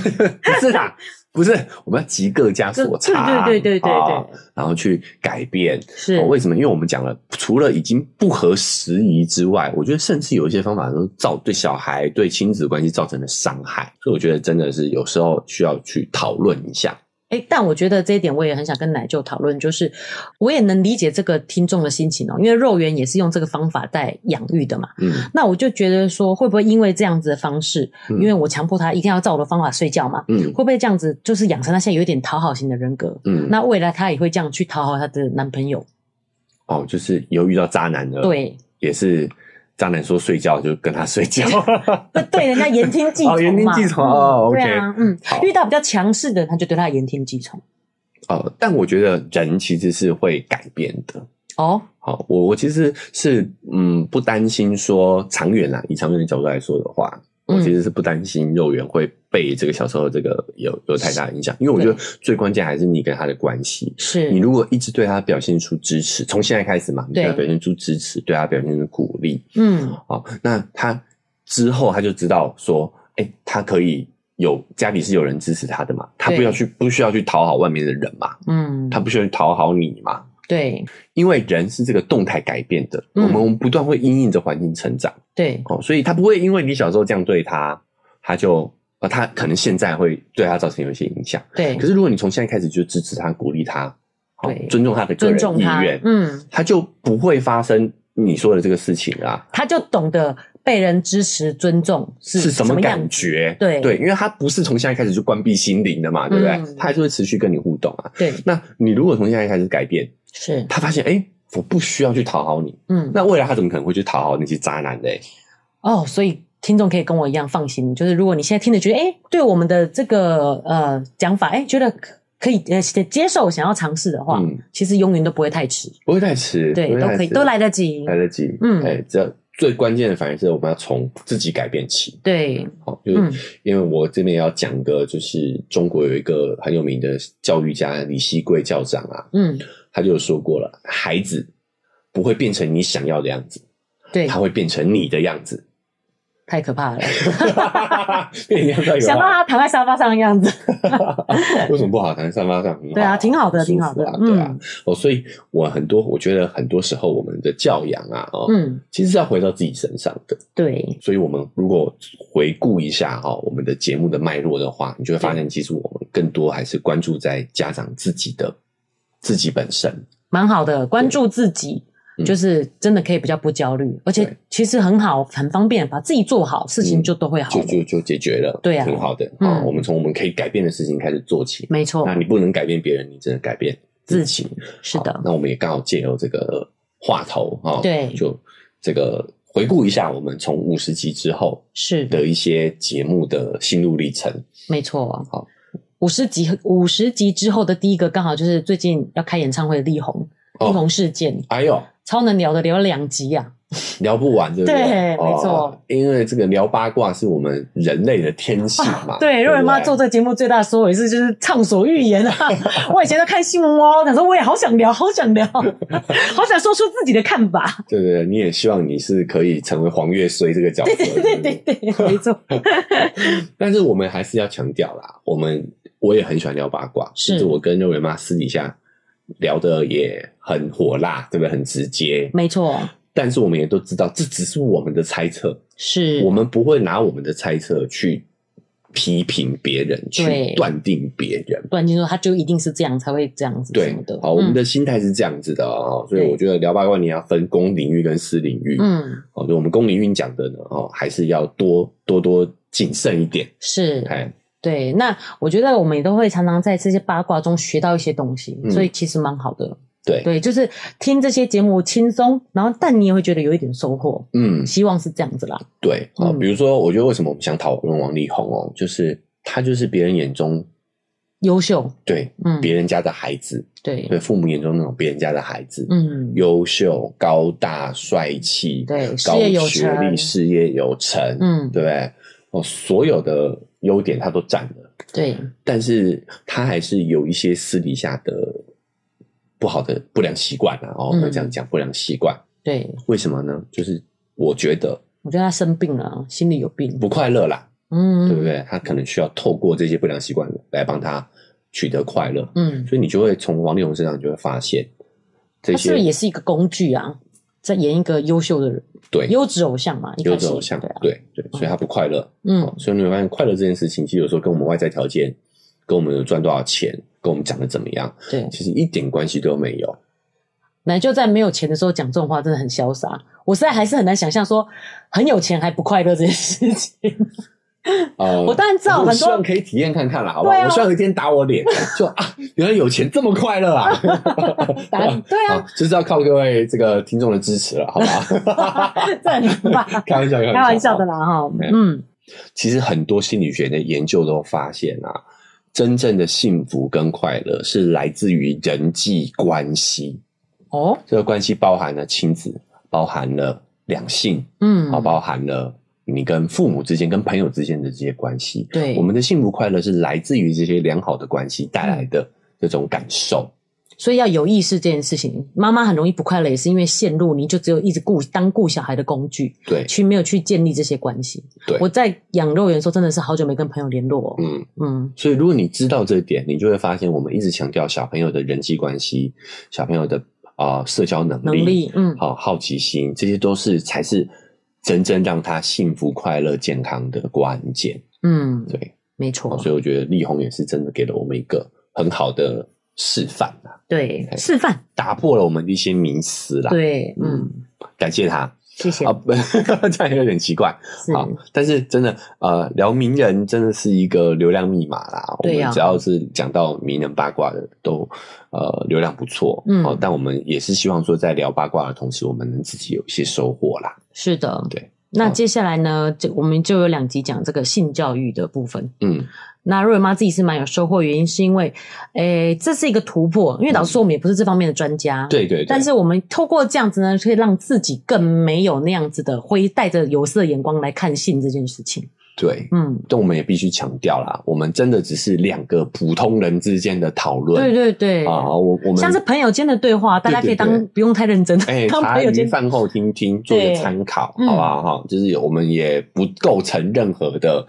B: 是啦，不是，我们要集各家 所 长，
A: 对对对对对
B: 啊
A: 对
B: 然后去改变。
A: 是
B: 哦，为什么？因为我们讲了，除了已经不合时宜之外，我觉得甚至有一些方法都造对小孩、对亲子关系造成的伤害，所以我觉得真的是有时候需要去讨论一下。
A: 哎，但我觉得这一点我也很想跟奶舅讨论，就是我也能理解这个听众的心情哦，因为肉圆也是用这个方法在养育的嘛。
B: 嗯，
A: 那我就觉得说，会不会因为这样子的方式，
B: 嗯
A: 因为我强迫他一定要照我的方法睡觉嘛，
B: 嗯
A: 会不会这样子就是养成他现在有点讨好型的人格？
B: 嗯，
A: 那未来他也会这样去讨好他的男朋友？
B: 哦，就是有遇到渣男的，，
A: 对，
B: 也是渣男说睡觉就跟他睡 觉，
A: 会对人家言听计从嘛。
B: 呃哦言听计从哦
A: 嗯
B: OK
A: 对啊，嗯，遇到比较强势的人，他就对他言听计从。
B: 哦，但我觉得人其实是会改变的。
A: 哦，
B: 好，我我其实是嗯不担心说长远啊啦，以长远的角度来说的话，
A: 嗯
B: 我其实是不担心肉圆会被这个小时候这个有有太大的影响，因为我觉得最关键还是你跟他的关系。
A: 是，
B: 你如果一直对他表现出支持，从现在开始嘛，你对他
A: 对
B: 表现出支持，对他表现出鼓励，
A: 嗯，
B: 好，那他之后他就知道说，哎、他可以有家里是有人支持他的嘛，他不
A: 对
B: 要去不需要去讨好外面的人嘛，
A: 嗯，
B: 他不需要去讨好你嘛，
A: 对
B: 因为人是这个动态改变的，
A: 嗯
B: 我们我们不断会因应着环境成长
A: 对，
B: 哦，所以他不会因为你小时候这样对他，他就呃他可能现在会对他造成有一些影响。
A: 对，
B: 可是如果你从现在开始就支持他、鼓励他，哦
A: 对
B: 尊重他的个
A: 尊
B: 人
A: 重
B: 意
A: 他
B: 愿，，
A: 嗯，
B: 他就不会发生你说的这个事情啊，
A: 他就懂得被人支持、尊重是
B: 是什么
A: 样
B: 感
A: 子？
B: 觉？
A: 对
B: 对，因为他不是从现在开始就关闭心灵的嘛，对不对？
A: 嗯
B: 他还是会持续跟你互动啊。
A: 对，
B: 那你如果从现在开始改变，
A: 是，
B: 他发现哎、诶我不需要去讨好你，
A: 嗯，
B: 那未来他怎么可能会去讨好那些渣男嘞？
A: 哦，所以听众可以跟我一样放心，就是如果你现在听着觉得，哎，对我们的这个呃讲法，哎，觉得可可以呃接受，想要尝试的话，
B: 嗯
A: 其实永远都不会太迟，
B: 不会太迟，不
A: 对，
B: 会
A: 都
B: 太
A: 可以，
B: 迟
A: 都来得及
B: 来，得及。
A: 嗯
B: 哎，这最关键的反而是我们要从自己改变起。
A: 对，
B: 好，就
A: 嗯
B: 是因为我这边也要讲一个，就是中国有一个很有名的教育家李希贵校长啊，
A: 嗯，
B: 他就有说过了，孩子不会变成你想要的样子，
A: 对
B: 他，会变成你的样 子。
A: 太可 怕了，
B: 变成你样子有
A: 想到
B: 好
A: 他躺在沙发上的样子，
B: 为啊什么不好？躺在沙发上很好，
A: 对啊，挺好的，
B: 很舒
A: 挺
B: 服
A: 好的
B: 啊，对啊
A: 嗯。
B: 哦，所以我很多，我觉得很多时候我们的教养啊，哦，
A: 嗯，
B: 其实是要回到自己身上的。
A: 对，
B: 所以，我们如果回顾一下哈、哦，我们的节目的脉络的话，你就会发现，其实我们更多还是关注在家长自己的自己本身。
A: 蛮好的，关注自己
B: 嗯，
A: 就是真的可以比较不焦虑，而且
B: 对
A: 其实很好，很方便，把自己做好，事情就都会好
B: 就
A: 的。
B: 就就解决了，
A: 对啊
B: 挺好的啊、
A: 嗯
B: 我们从我们可以改变的事情开始做起。
A: 没错
B: 那，你不能改变别人，你只能改变
A: 自
B: 己
A: 己。是的
B: 好，那我们也刚好借由这个话头啊、哦，
A: 对
B: 就这个回顾一下我们从五十集之后
A: 是的，
B: 的一些节目的心路历程。
A: 没错。
B: 好，
A: 五十集五十集之后的第一个，刚好就是最近要开演唱会的力宏，
B: 哦
A: 力宏事件，
B: 哎呦，
A: 超能聊的聊了两集啊，
B: 聊不完，对不
A: 对
B: 哦
A: 没错
B: 因为这个聊八卦是我们人类的天性嘛。
A: 对，肉
B: 不
A: 人妈做这个节目最大的收尾是就是畅所欲言啊！ 我以前都看新闻哦，想说我也好想聊，好想聊，好想说出自己的看法。
B: 对对，对你也希望你是可以成为黄月衰这个角色，
A: 对
B: 对不
A: 对。对，没错，
B: 但是我们还是要强调啦，我们我也很喜欢聊八卦，
A: 是
B: 就我跟肉圆妈私底下聊的也很火辣，对不对？很直接。
A: 没错，
B: 但是我们也都知道，这只是我们的猜测，
A: 是
B: 我们不会拿我们的猜测去批评别人，去
A: 对
B: 断定别人。
A: 不然就说他就一定是这样才会这样子什
B: 对
A: 么的。，嗯
B: 好，我们的心态是这样子的哦，所以
A: 对
B: 我觉得聊八卦你要分公领域跟私领域。
A: 嗯嗯
B: 哦，就我们公领域讲的呢，哦，还是要多多多谨慎一点。
A: 是
B: 哎，
A: 对。那我觉得我们也都会常常在这些八卦中学到一些东西，
B: 嗯
A: 所以其实蛮好的。
B: 对，
A: 对，就是听这些节目轻松，然后但你也会觉得有一点收获，
B: 嗯，
A: 希望是这样子啦。
B: 对，哦，
A: 嗯
B: 比如说，我觉得为什么我们想讨论王力宏哦，就是他就是别人眼中
A: 优秀，
B: 对
A: 嗯，
B: 别人家的孩子，
A: 对，
B: 对父母眼中那种别人家的孩子，
A: 嗯，
B: 优秀、高大、帅气，
A: 对事
B: 高
A: 业有
B: 学历、
A: 成
B: 事业有成，
A: 嗯，
B: 对不对？哦，所有的优点他都占了，
A: 对，
B: 但是他还是有一些私底下的不好的不良习惯啊。哦，
A: 嗯
B: 那这样讲不良习惯，
A: 对，
B: 为什么呢？就是我觉得
A: 我觉得他生病了，心里有病，
B: 不快乐啦，
A: 嗯，
B: 对不？对？他可能需要透过这些不良习惯来帮他取得快乐，
A: 嗯，
B: 所以你就会从王力宏身上你就会发现这
A: 他是不是
B: 些
A: 也是一个工具啊？在演一个优秀的人，
B: 对
A: 优质偶像嘛，一
B: 优
A: 开
B: 质
A: 始
B: 偶像
A: 对啊，，
B: 对对，所以他不快乐。
A: 嗯，
B: 所以你会发现，快乐这件事情，其实有时候跟我们外在条件、跟我们有赚多少钱、跟我们讲的怎么样，
A: 对，
B: 其实一点关系都没有。
A: 奶就在没有钱的时候讲这种话，真的很潇洒。我现在还是很难想象说很有钱还不快乐这件事情。
B: 呃，
A: 我当然知道
B: 我
A: 很
B: 希望
A: 多，
B: 可以体验看看啦，好不好？
A: 对啊
B: 我希望有一天打我脸，就啊，原来有钱这么快乐啊！
A: 答案对啊
B: 好，就是要靠各位这个听众的支持了，好 吧？
A: 啊这很难吧？
B: 开玩笑，
A: 开玩笑的。啦哈，嗯，
B: 其实很多心理学的研究都发现啊，真正的幸福跟快乐是来自于人际关系。
A: 哦，
B: 这个关系包含了亲子，包含了两性，
A: 嗯，
B: 啊，，包含了你跟父母之间、跟朋友之间的这些关系。
A: 对，
B: 我们的幸福快乐是来自于这些良好的关系带来的这种感受。
A: 所以要有意识这件事情。妈妈很容易不快乐，也是因为陷入你就只有一直顾当顾小孩的工具，
B: 对，
A: 去没有去建立这些关系
B: 对。
A: 我在养肉圆的时候，真的是好久没跟朋友联络、哦。
B: 嗯，
A: 嗯，
B: 所以如果你知道这一点，你就会发现，我们一直强调小朋友的人际关系、小朋友的啊、呃社交能
A: 能力，嗯，
B: 好、好奇心，这些都是才是真正让他幸福、快乐、健康的关键。
A: 嗯，
B: 对。
A: 没
B: 哦
A: 错，
B: 所以我觉得力宏也是真的给了我们一个很好的示范啊，
A: 对，示范，
B: 打破了我们的一些迷思啦。，
A: 对，嗯，
B: 嗯，感谢他
A: 谢谢，
B: 啊，不 这样有点奇怪
A: 是，
B: 啊。但是真的，呃，聊名人真的是一个流量密码啦。我
A: 对呀
B: 们只要是讲到名人八卦的，都呃流量不错。
A: 嗯
B: 哦，但我们也是希望说，在聊八卦的同时，我们能自己有一些收获啦。
A: 是的，
B: 对。
A: 那接下来呢，就我们就有两集讲这个性教育的部分。
B: 嗯，
A: 那瑞文妈自己是蛮有收获，原因是因为，诶，这是一个突破，因为老实说我们也不是这方面的专家，
B: 对对对。
A: 但是我们透过这样子呢，可以让自己更没有那样子的灰，带着有色眼光来看性这件事情。
B: 对，
A: 嗯，
B: 但我们也必须强调啦，我们真的只是两个普通人之间的讨论。
A: 对对对，
B: 啊，我我们
A: 像是朋友间的对话，大家可以
B: 对对
A: 当
B: 对
A: 不用太认真，
B: 哎，
A: 当
B: 茶
A: 朋友
B: 余
A: 间
B: 饭后听听，做个
A: 对
B: 参考，
A: 嗯
B: 好不好？哈，就是我们也不构成任何的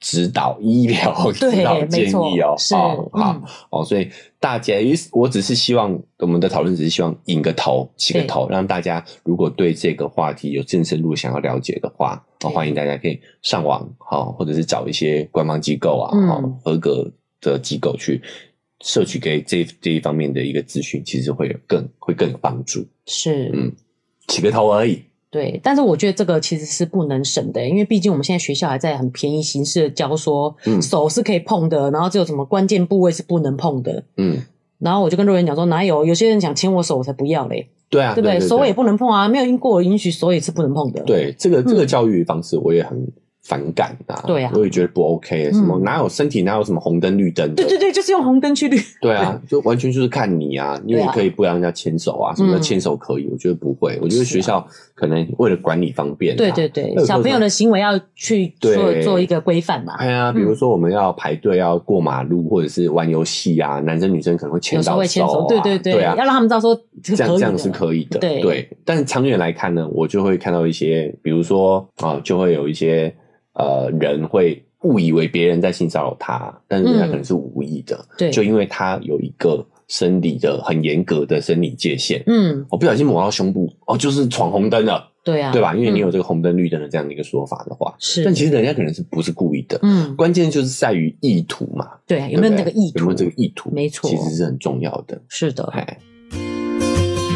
B: 指导、医疗 指导
A: 对，没
B: 建
A: 错
B: 议哦，，
A: 是
B: 哦，好
A: 嗯，
B: 哦，所以大家，因为我只是希望我们的讨论只是希望引个头、起个
A: 对
B: 头，让大家如果对这个话题有更深入想要了解的话，哦、
A: 对
B: 欢迎大家可以上网哈、哦，或者是找一些官方机构啊，
A: 嗯
B: 哦，合格的机构去摄取给这这一方面的一个资讯，其实会有更会更有帮助。
A: 是，
B: 嗯起个头而已，
A: 对，但是我觉得这个其实是不能省的，因为毕竟我们现在学校还在很便宜形式的教说，
B: 嗯
A: 手是可以碰的，然后只有什么关键部位是不能碰的。
B: 嗯，
A: 然后我就跟肉圆讲说，哪有有些人想牵我手，我才不要嘞，
B: 对啊，
A: 对不
B: 对
A: 对？手也不能碰啊，没有经过我允许，手也是不能碰的。，
B: 对这个这个教育方式，我也很。反感啊！
A: 嗯对啊
B: 我也觉得不 OK。什么
A: 嗯
B: 哪有身体哪有什么红灯绿灯的？
A: 对对对，就是用红灯去绿。
B: 对啊，就完全就是看你啊，因为你
A: 对啊
B: 可以不让人家牵手啊。什么叫
A: 嗯
B: 牵手可以？我觉得不会，我觉
A: 是
B: 得
A: 啊
B: 学校可能为了管理方便、啊，
A: 对对对
B: 那，个
A: 小朋友的行为要去做
B: 对
A: 做一个规范嘛。
B: 哎呀，比如说我们要排队要过马路，或者是玩游戏啊，男生女生可能会牵
A: 有时
B: 到
A: 候会牵
B: 手、
A: 手
B: 啊，，
A: 对对
B: 对，
A: 对，
B: 啊
A: 要。让他们知道说这
B: 这
A: 个可
B: 样
A: 以
B: 这样
A: 的
B: 是可以的，
A: 对
B: 但是长远来看呢，我就会看到一些，比如说啊、就会有一些呃人会误以为别人在性骚扰他，但是人家
A: 嗯
B: 可能是无意的，
A: 对，
B: 就因为他有一个生理的很严格的生理界限，
A: 嗯，
B: 我不小心抹到胸部，哦，就是闯红灯了，
A: 对啊，
B: 对吧？因为你有
A: 嗯
B: 这个红灯绿灯的这样的一个说法的话，
A: 是，
B: 但其实人家可能是不是故意的，
A: 嗯，
B: 关键就是在于意图嘛，
A: 对，有没有那个意
B: 对
A: 图
B: 不对有没有？这个意图？
A: 没错
B: 其实是很重要的。
A: 是的，
B: 哎，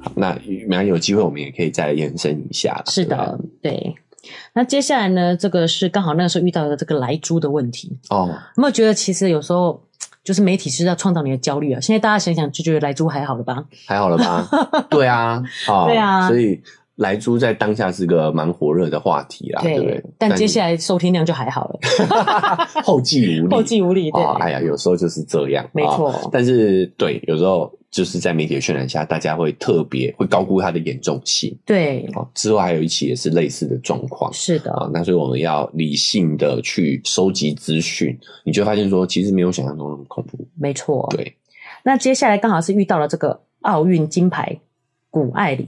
B: 好那明然有机会我们也可以再延伸一下啦。
A: 是
B: 对吧
A: 的，对。那接下来呢？这个是刚好那个时候遇到的这个莱猪的问题。
B: 哦，
A: 有没有觉得其实有时候就是媒体是要创造你的焦虑啊？现在大家想想就觉得莱猪还好了吧？
B: 还好 了吧？对啊，哦
A: 对啊
B: 所以莱猪在当下是个蛮火热的话题啊啦，对不对？
A: 但接下
B: 来
A: 来收听量就还 好了，
B: 后继无力，
A: 后继无力。对，
B: 哦，哎呀，有时候就是这样，
A: 没
B: 哦
A: 错，
B: 但是对，有时候就是在媒体的渲染下，大家会特别会高估它的严重性。
A: 对，
B: 哦，之后还有一起也是类似的状况。
A: 是的，
B: 啊、那所以我们要理性的去收集资讯，你就会发现说，其实没有想象中那么恐怖。
A: 没错。
B: 对，
A: 那接下来刚好是遇到了这个奥运金牌谷爱凌，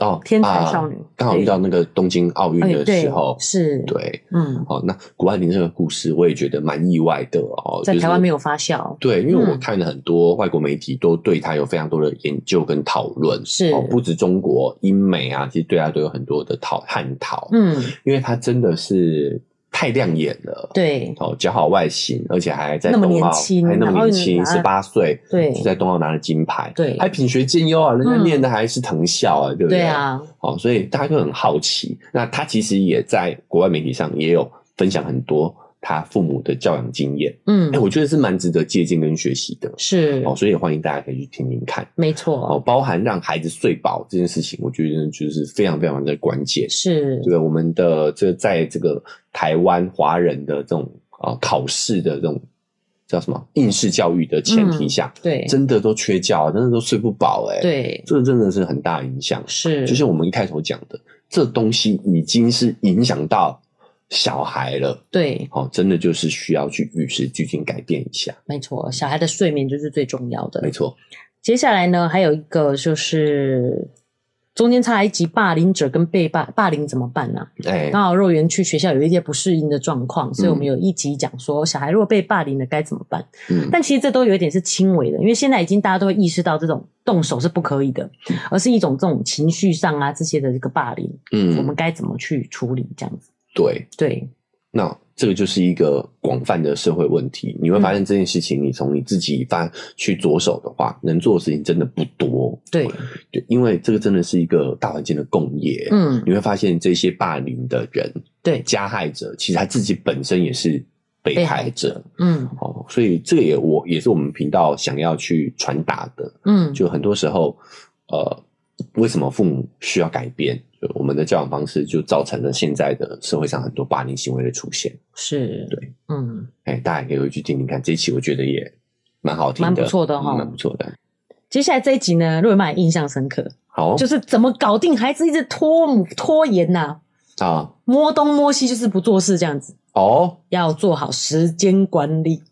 B: 哦，
A: 天才少
B: 啊
A: 女，
B: 刚、好遇到那个东京奥运
A: 对
B: 的时候
A: 哎对，是，
B: 对，
A: 嗯，
B: 哦，那谷爱凌这个故事我也觉得蛮意外的哦，
A: 在
B: 就是
A: 台湾没有发酵，
B: 对，因为我
A: 嗯
B: 看了很多外国媒体都对他有非常多的研究跟讨论，
A: 是
B: 哦，不止中国、英美啊，其实对他都有很多的讨探讨，
A: 嗯，
B: 因为他真的是太亮眼了，，
A: 对
B: 哦，姣好外形，而且还在
A: 那么
B: 冬奥
A: 年轻
B: 还那
A: 然
B: 么
A: 后
B: 年
A: 你
B: 轻，
A: 拿
B: 十八岁
A: 对
B: 就在冬奥拿了金牌，
A: 对
B: 还品学兼优啊，人家
A: 嗯
B: 念的还是藤校啊，对不
A: 对啊，
B: 哦，所以大家就很好奇。那他其实也在国外媒体上也有分享很多他父母的教养经验，
A: 嗯
B: 哎、，我觉得是蛮值得借鉴跟学习的。
A: 是
B: 哦，所以也欢迎大家可以去听听看。
A: 没
B: 哦，
A: 错，
B: 包含让孩子睡饱这件事情，我觉得就是非常非常的关键。
A: 是
B: 对，我们的这在这个台湾华人的这种啊、呃考试的这种叫什么应试教育的前提下，
A: 对
B: 真的都缺觉啊，真的都睡不饱哎、，
A: 嗯对
B: 这真的是很大影响。
A: 是，
B: 就像我们一开头讲的，这东西已经是影响到小孩了，
A: 对，
B: 哦，真的就是需要去与时俱进改变一下。
A: 没错，小孩的睡眠就是最重要的
B: 没。错，
A: 接下来呢，还有一个就是中间差一集，霸凌者跟被霸霸凌怎么办呢、
B: 哎、
A: 刚好肉圆去学校有一些不适应的状况，所以我们有一集讲说，小孩如果被霸凌了该怎么办？
B: 嗯，
A: 但其实这都有一点是轻微的，因为现在已经大家都会意识到这种动手是不可以的，
B: 嗯
A: 而是一种这种情绪上啊这些的这个霸凌，我们
B: 嗯，
A: 该怎么去处理这样子？
B: 对，
A: 对，
B: 那这个就是一个广泛的社会问题。你会发现这件事情，你从你自己发去着手的话，能做的事情真的不多。
A: 对，
B: 对，因为这个真的是一个大环境的共业。
A: 嗯，
B: 你会发现这些霸凌的人、
A: 对，
B: 加害者，其实他自己本身也是被
A: 被
B: 害
A: 害
B: 者。
A: 嗯
B: 哦，所以这个也我也是我们频道想要去传达的。
A: 嗯，
B: 就很多时候，呃，为什么父母需要改变？就我们的教养方式就造成了现在的社会上很多霸凌行为的出现。
A: 是，
B: 对，
A: 嗯。
B: 哎，大家也可以回去听听看，这一期我觉得也蛮好听的，
A: 蛮不错的哈
B: 嗯蛮不错的。
A: 接下来这一集呢，瑞曼印象深刻，
B: 好，
A: 就是怎么搞定孩子一直拖母拖延呐、
B: 啊，
A: 摸东摸西就是不做事这样子。
B: 哦，
A: 要做好时间管 理，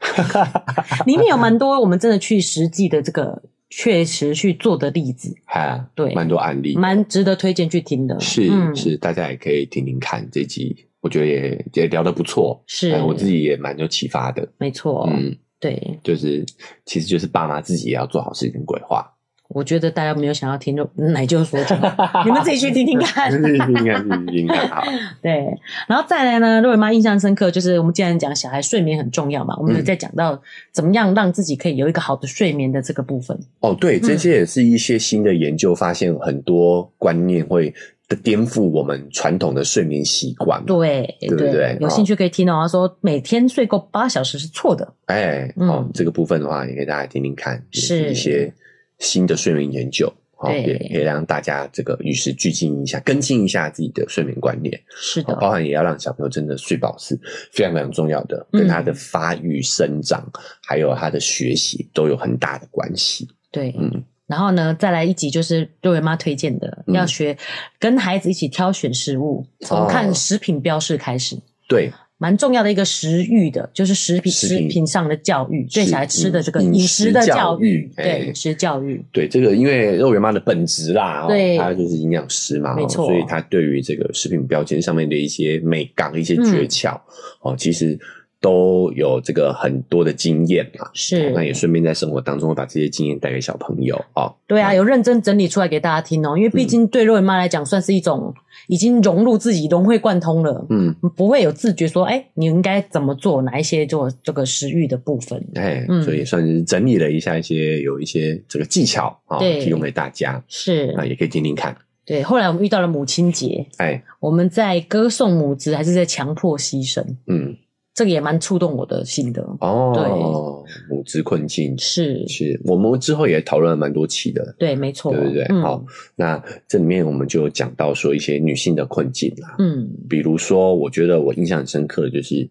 A: 里面有蛮多我们真的去实际的这个确实去做的例子，
B: 哈，
A: 对
B: 蛮多案例，
A: 蛮值得推荐去听的。
B: 是、
A: 嗯、
B: 是，大家也可以听听看这集，我觉得也也聊得不错，
A: 是哦
B: 哎我自己也蛮有启发的。
A: 没错，
B: 嗯，
A: 对，
B: 就是其实就是爸妈自己也要做好时间规划。
A: 我觉得大家没有想要听就奶就说就 好， 你们自己去听听看。
B: 应该应该好，
A: 对，然后再来呢，若瑞妈印象深刻就是我们既然讲小孩睡眠很重要嘛，我们有在讲到怎么样让自己可以有一个好的睡眠的这个部分。
B: 哦，对，
A: 嗯
B: 这些也是一些新的研究发现，很多观念会的颠覆我们传统的睡眠习惯。，
A: 对
B: 对不对
A: 有兴趣可以听哦。他说每天睡够八小时是错的，
B: 哎，
A: 嗯
B: 哦，这个部分的话，也给大家听听看，也
A: 是
B: 一些新的睡眠研究。哦，
A: 对
B: 也也让大家这个与时俱进一下，跟进一下自己的睡眠观念，
A: 是的
B: 哦，包含也要让小朋友真的睡饱是非常非常重要的，
A: 嗯
B: 跟他的发育、生长还有他的学习都有很大的关系。
A: 对，
B: 嗯，
A: 然后呢，再来一集就是肉圆妈推荐的，
B: 嗯哦
A: 要学跟孩子一起挑选食物，从看食品标示开始，
B: 对，
A: 蛮重要的一个食欲的，就是食品
B: 食
A: 食
B: 品
A: 品上的教育，对
B: 是嗯
A: 小孩吃的这个
B: 饮
A: 饮食的
B: 食教
A: 教育
B: 育，哎
A: 对饮食教育，
B: 对，这个因为肉圆妈的本职啦，哦
A: 对
B: 她就是营养师嘛，哦
A: 没错
B: 所以她对于这个食品标签上面的一些美感、一些
A: 嗯
B: 诀窍，哦，其实都有这个很多的经验嘛。
A: 是
B: 那也顺便在生活当中把这些经验带给小朋友哦。
A: 对啊，有认真整理出来给大家听哦，因为毕
B: 嗯
A: 竟对肉圆妈来讲，算是一种已经融入自己、融会贯通了，
B: 嗯，
A: 不会有自觉说，哎，你应该怎么做，哪一些做这个食欲的部分。
B: 哎，
A: 嗯
B: 所以也算是整理了一下一些有一些这个技巧啊、哦，
A: 对
B: 提供给大家
A: 是
B: 啊，也可以听听看。
A: 对。后来我们遇到了母亲节，
B: 哎，
A: 我们在歌颂母职，还是在强迫牺牲，
B: 嗯，
A: 这个也蛮触动我的心的。
B: 哦，母子困境
A: 是，
B: 是我们之后也讨论了蛮多期的，
A: 对，没错，
B: 对不对？
A: 嗯、
B: 好，，那这里面我们就有讲到说一些女性的困境啦，
A: 嗯，
B: 比如说，我觉得我印象很深刻的就是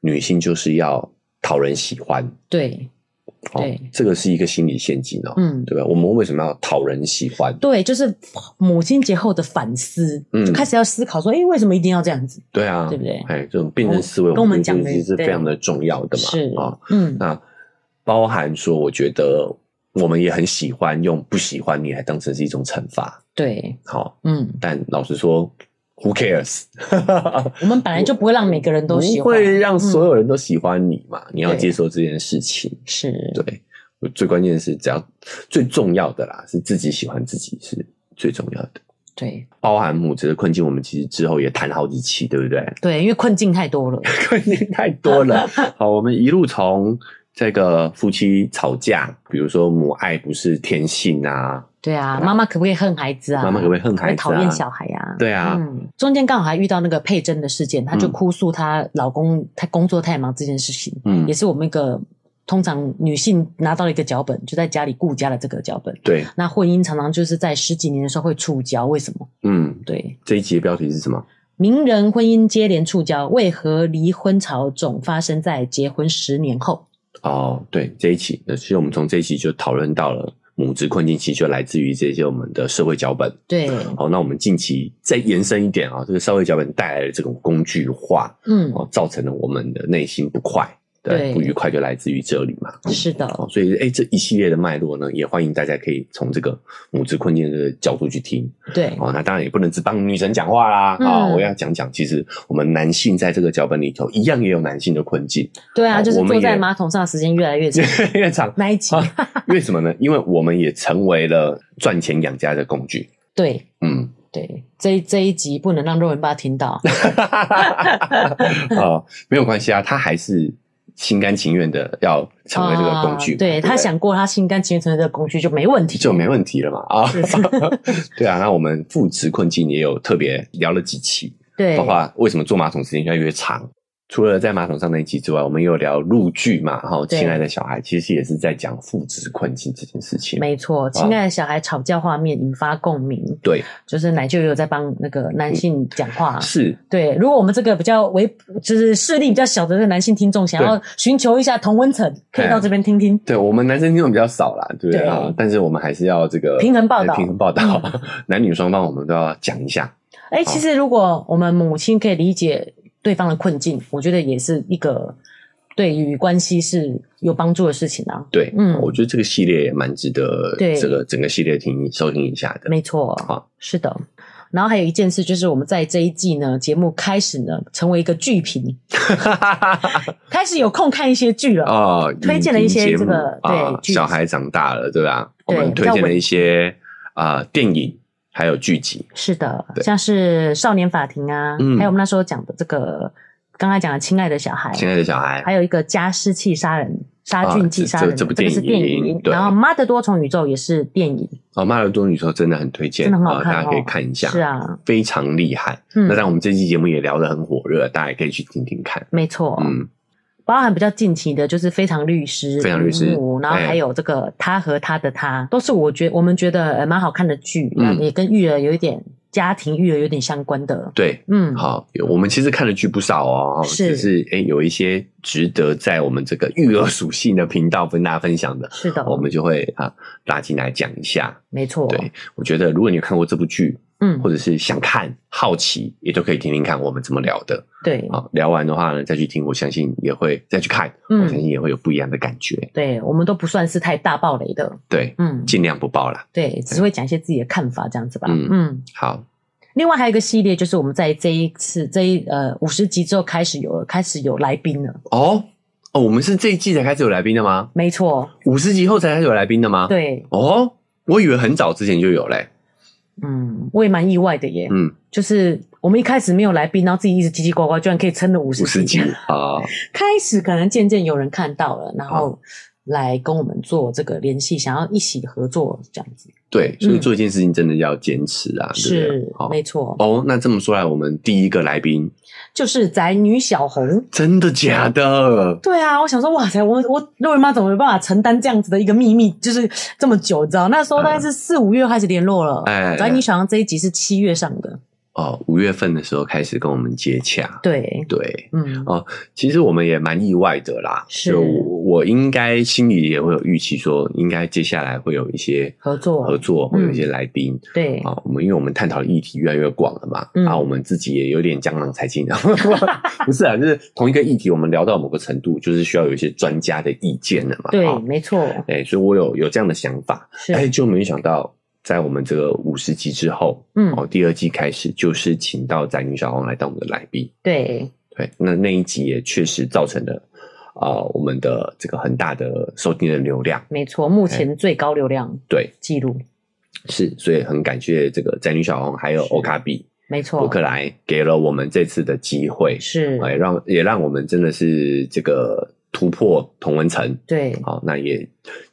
B: 女性就是要讨人喜欢，
A: 对，
B: 哦
A: 对，
B: 这个是一个心理陷阱哦，
A: 嗯。
B: 对吧？我们为什么要讨人喜欢？
A: 对，就是母亲节后的反思，
B: 嗯
A: 就开始要思考说，哎，为什么一定要这样子？
B: 对啊，
A: 对不对
B: 哎，这种辩证思维，
A: 跟我们
B: 觉得
A: 讲的
B: 其实是
A: 对
B: 非常的重要的嘛，
A: 是
B: 啊、，
A: 嗯，
B: 那包含说，我觉得我们也很喜欢用不喜欢你来当成是一种惩罚，
A: 对，
B: 好、
A: 嗯，
B: 但老实说，Who cares？
A: 我们本来就不会让每个人都喜
B: 不
A: 欢，嗯
B: 会让所有人都喜欢你嘛？你要
A: 对
B: 接受这件事情。
A: 是，
B: 对，我最关键的是，只要最重要的啦，是自己喜欢自己是最重要的。
A: 对，
B: 包含母职的困境，我们其实之后也谈好几期，对 不对？
A: 对，因为困境太多了，
B: 困境太多了。好，我们一路从这个夫妻吵架，比如说母爱不是天性啊，
A: 对 啊，妈妈可不可以恨孩子啊？
B: 妈妈可不可以恨孩子啊
A: 讨厌小孩呀、啊？
B: 对啊
A: 嗯，中间刚好还遇到那个佩珍的事件，她就
B: 嗯
A: 哭诉她老公她工作太忙这件事情，
B: 嗯
A: 也，是我们一个通常女性拿到了一个脚本，就在家里顾家的这个脚本。
B: 对，
A: 那婚姻常常就是在十几年的时候会触礁，为什么？
B: 嗯，
A: 对，
B: 这一集的标题是什么？
A: 名人婚姻接连触礁，为何离婚潮总发生在结婚十年后？
B: 哦，对，这一期，那其实我们从这一期就讨论到了母职困境，其实就来自于这些我们的社会脚本。
A: 对，
B: 好，那我们近期再延伸一点啊、这个社会脚本带来的这种工具化，
A: 嗯，
B: 哦，造成了我们的内心不快，对，
A: 对
B: 不愉快就来自于这里嘛。
A: 是的，
B: 哦，所以哎，这一系列的脉络呢，也欢迎大家可以从这个母职困境的角度去听。
A: 对，
B: 哦，那当然也不能只帮女生讲话啦。啊、
A: 嗯
B: 我要讲讲，其实我们男性在这个脚本里头一样也有男性的困境，
A: 对啊，
B: 好
A: 就是
B: 我们
A: 坐在
B: 也
A: 马桶上的时间越来越长
B: 越。越长。
A: 那一集，
B: 啊，为什么呢？因为我们也成为了赚钱养家的工具。
A: 对
B: 嗯，
A: 对，这一这一集不能让肉人爸听到。
B: 啊、没有关系啊，他还是心甘情愿的要成为这个工具嘛、
A: 啊对
B: 不
A: 他想过他心甘情愿成为这个工具就没问题。
B: 就没问题了嘛啊， 对啊，那我们父职困境也有特别聊了几期，
A: 对
B: 包括为什么坐马桶时间越来越长。除了在马桶上那一集之外，我们也有聊入剧嘛，然后
A: 对
B: 亲爱的小孩，其实也是在讲父职困境这件事情。
A: 没错，亲爱的小孩吵架画面引发共鸣，
B: 对，
A: 就是奶舅也有在帮那个男性讲话。
B: 是
A: 对，如果我们这个比较为就是势力比较小的这个男性听众，想要寻求一下同温层，可以到这边听听。
B: 对我们男生听众比较少啦，对不对
A: 对
B: 啊？但是我们还是要这个
A: 平衡报道嗯
B: 哎平衡报道， 男女双方我们都要讲一下。
A: 哎，其实如果我们母亲可以理解对方的困境，我觉得也是一个对于关系是有帮助的事情啊。
B: 对，
A: 嗯
B: 我觉得这个系列也蛮值得
A: 对
B: 这个整个系列听收听一下的。
A: 没错，
B: 好
A: 是的。然后还有一件事，就是我们在这一季呢节目开始呢，成为一个剧评，开始有空看一些剧了。
B: 哦，
A: 推荐了一些
B: 影集节目
A: 这个对
B: 啊
A: 剧集
B: 小孩长大了，对吧？我
A: 对
B: 们推
A: 比较
B: 荐了
A: 稳
B: 一些啊、电影还有剧集，
A: 是的，
B: 对
A: 像是《少年法庭》啊，
B: 嗯
A: 还有我们那时候讲的这个，刚才讲的《亲爱的小孩
B: 亲》，爱的小孩，
A: 还有一个《加湿器杀人》。杀菌剂
B: 啊这
A: 杀人、
B: 这这部
A: 个是
B: 电
A: 电
B: 影
A: 影，
B: 对
A: 然后《妈的多重宇宙》也是电影，
B: 哦，马尔多女说真的很推荐，
A: 真的很好
B: 啊
A: 看
B: 大家可以
A: 哦
B: 看一下，
A: 是，啊，
B: 非常厉害。
A: 嗯
B: 那但我们这期节目也聊得很火热，大家也可以去听听看。
A: 没错，
B: 嗯，
A: 包含比较近期的，就是《非常律师》、
B: 非常律师哎
A: 铃木然后还有这个《他和他的他》，都是我觉我们觉得呃蛮好看的剧，
B: 嗯
A: 那也跟育儿有一点家庭育儿有点相关的。
B: 对，
A: 嗯，
B: 好，有我们其实看的剧不少哦，
A: 是
B: 就是哎，有一些值得在我们这个育儿属性的频道跟大家分享的，
A: 是的，
B: 我们就会啊拉进来讲一下。
A: 没错，
B: 对，我觉得如果你有看过这部剧，
A: 嗯，
B: 或者是想看、好奇，也都可以听听看我们怎么聊的。
A: 对，
B: 啊，聊完的话呢，再去听，我相信也会再去看，
A: 嗯
B: 我相信也会有不一样的感觉。
A: 对，我们都不算是太大暴雷的，
B: 对，
A: 嗯，
B: 尽量不爆啦。
A: 对，只会讲一些自己的看法这样子吧，
B: 嗯
A: 嗯
B: 好，
A: 另外还有一个系列，就是我们在这一次这一呃五十集之后开始有开始有来宾了，
B: 哦哦，我们是这一季才开始有来宾的吗？
A: 没错，
B: 五十集后才开始有来宾的吗？。
A: 对，
B: 哦，我以为很早之前就有嘞。
A: 嗯，我也蛮意外的耶，
B: 嗯，
A: 就是我们一开始没有来宾，然后自己一直叽叽呱呱，居然可以撑了五十
B: 五十集啊，
A: 开始可能渐渐有人看到了，然后来跟我们做这个联系，想要一起合作这样子，
B: 对，所以
A: 嗯
B: 做一件事情真的要坚持啊，对不
A: 是
B: 对？好
A: 没错，
B: 哦，那这么说来，我们第一个来宾
A: 就是宅女小红。
B: 真的假的？
A: 对啊，我想说，哇塞，我我肉圆妈怎么有办法承担这样子的一个秘密，就是这么久，你知道？那时候大概是四五月开始联络了，
B: 嗯哎
A: 宅女小红这一集是七月上的，
B: 哦，五月份的时候开始跟我们接洽，
A: 对，
B: 对，
A: 嗯，
B: 哦其实我们也蛮意外的啦，
A: 是
B: 就我我应该心里也会有预期，说应该接下来会有一些
A: 合作嗯
B: 合作，会有一些来宾
A: 对，
B: 啊、我们因为我们探讨的议题越来越广了嘛，
A: 嗯
B: 啊，我们自己也有点江郎才 尽了， 不是啊，就是同一个议题，我们聊到某个程度，就是需要有一些专家的意见了嘛，
A: 对，
B: 啊
A: 没错，
B: 哎、所以我有有这样的想法，
A: 是，
B: 哎，就没想到。在我们这个五十集之后，
A: 嗯，
B: 哦，第二季开始就是请到宅女小红来当我们的来宾，
A: 对，
B: 对，那那一集也确实造成了啊、呃我们的这个很大的收听的流量，
A: 没错，目
B: 哎
A: 前最高流量
B: 对，
A: 记录，
B: 是，所以很感谢这个宅女小红还有
A: 是
B: 欧卡比
A: 没错
B: 伯，克莱给了我们这次的机会，
A: 哦是，
B: 哎，让也让我们真的是这个突破同文层，
A: 对，
B: 好、那也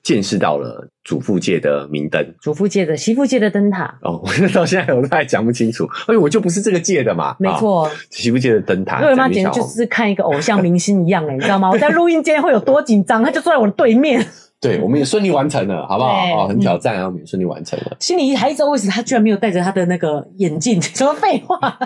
B: 见识到了主妇界的明灯。
A: 主妇界的、媳妇界的灯塔，
B: 哦，我 到现在我都还讲不清楚，因为我就不是这个界的嘛，
A: 没
B: 啊，
A: 错，
B: 媳妇界的灯塔，
A: 肉圆妈
B: 宅女
A: 简直
B: 小
A: 就
B: 红
A: 是看一个偶 像明星一样哎、你知道吗？我在录音间会有多紧张，她就坐在我的对面，
B: 对，我们也顺利完成了，好不
A: 对
B: 好？哦，很
A: 嗯
B: 挑战啊，我们也顺利完成了。
A: 心里还一直为什么她居然没有戴着她的那个眼镜？ 什么废话，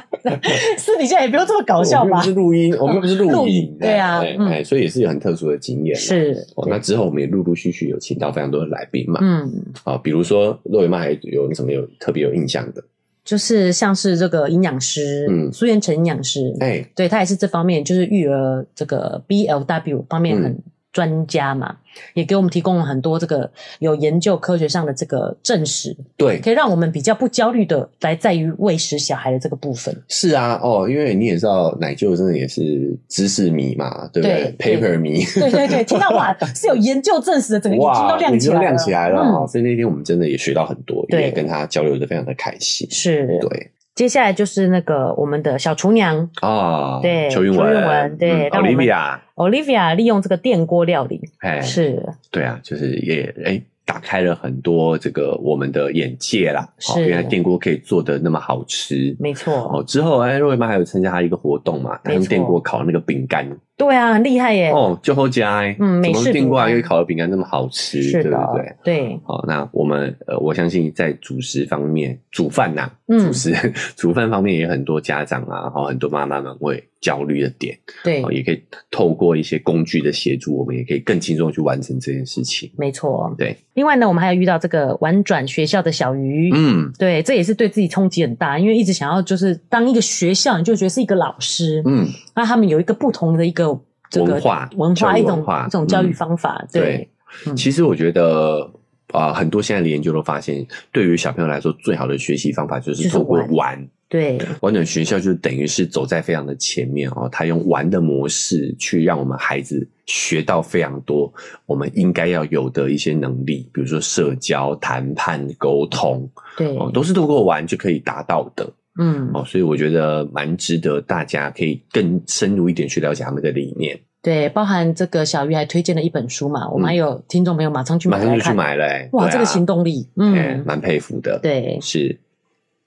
A: 私底下也不用这么搞笑
B: 我们又
A: 吧
B: 不？是录音，我们又不是
A: 录
B: 录
A: 影
B: 影，
A: 对啊
B: 哎
A: 嗯
B: 哎，所以也是有很特殊的经验。。
A: 是，
B: 哦，那之后我们也陆陆续续有请到非常多的来宾嘛，
A: 嗯，
B: 啊，比如说肉圆妈还有什么有特别有印象的？
A: 就是像是这个营养师，
B: 嗯
A: 苏彦成营养师，
B: 哎，
A: 对他也是这方面，就是育儿这个 BLW 方
B: 嗯
A: 面很专家嘛，也给我们提供了很多这个有研究科学上的这个证实，
B: 对，
A: 可以让我们比较不焦虑的来在于喂食小孩的这个部分。
B: 是啊，哦，因为你也知道奶舅真的也是知识迷嘛，对不对
A: 对
B: ？paper 迷，
A: 对对对，听到哇，是有研究证实的，整 个眼睛都亮
B: 眼
A: 起
B: 睛
A: 来
B: 都
A: 了，
B: 亮起来了
A: 嗯
B: 哦，所以那天我们真的也学到很多，
A: 对
B: 也跟他交流的非常的开心。
A: 是。
B: 对
A: 接下来就是那个我们的小厨娘
B: 啊，
A: 对
B: 邱韵嗯
A: 邱韵文对让我们
B: i v i a
A: Olivia 利用这个电锅料理，
B: 哎，
A: 是
B: 对啊，就是也哎、打开了很多这个我们的眼界啦。哦，
A: 是
B: 原来电锅可以做的那么好吃。
A: 没错，
B: 哦，之后哎，瑞妈还有参加她一个活动嘛，她
A: 没错
B: 用电锅烤那个饼干。
A: 对啊，很厉害耶，
B: 哦，就后加哎，
A: 嗯美
B: 怎
A: 式
B: 么电锅还
A: 饼干
B: 可以烤的饼干那么好吃，
A: 是
B: 对
A: 的
B: 不对？，
A: 对，
B: 好，那我们呃，我相信在主食方面，煮饭呐、
A: 嗯
B: 主食 煮饭方面也有很多家长啊，哦，很多妈妈们会焦虑的点，
A: 对
B: 哦，，也可以透过一些工具的协助，我们也可以更轻松地去完成这件事情。
A: 没错，
B: 对，
A: 另外呢，我们还有遇到这个玩转学校的小鱼，
B: 嗯，
A: 对，这也是对自己冲击很大，因为一直想要就是当一个学校，你就觉得是一个老师，
B: 嗯，
A: 那他们有一个不同的一个这个
B: 文化
A: 文
B: 教
A: 化
B: 育
A: 一种
B: 文化
A: 一种教育
B: 嗯
A: 方法，对
B: 对，
A: 嗯
B: 其实我觉得啊、呃很多现在的研究都发现，对于小朋友来说，最好的学习方法就
A: 就是
B: 是透过
A: 玩
B: 玩。
A: 对，
B: 玩转学校就等于是走在非常的前面哦，他用玩的模式去让我们孩子学到非常多我们应该要有的一些能力，比如说社交、谈判、沟通
A: 对，
B: 哦，都是透过玩就可以达到的
A: 嗯，
B: 哦，所以我觉得蛮值得大家可以更深入一点去了解他们的理念，
A: 对，包含这个小鱼还推荐了一本书嘛，我们还有听众朋友马上去买
B: 嗯马上
A: 来
B: 就去
A: 看，
B: 买了、欸，
A: 哇，
B: 对啊
A: 这个行动力，
B: 哎
A: 嗯，
B: 蛮佩服的，，
A: 对，
B: 是。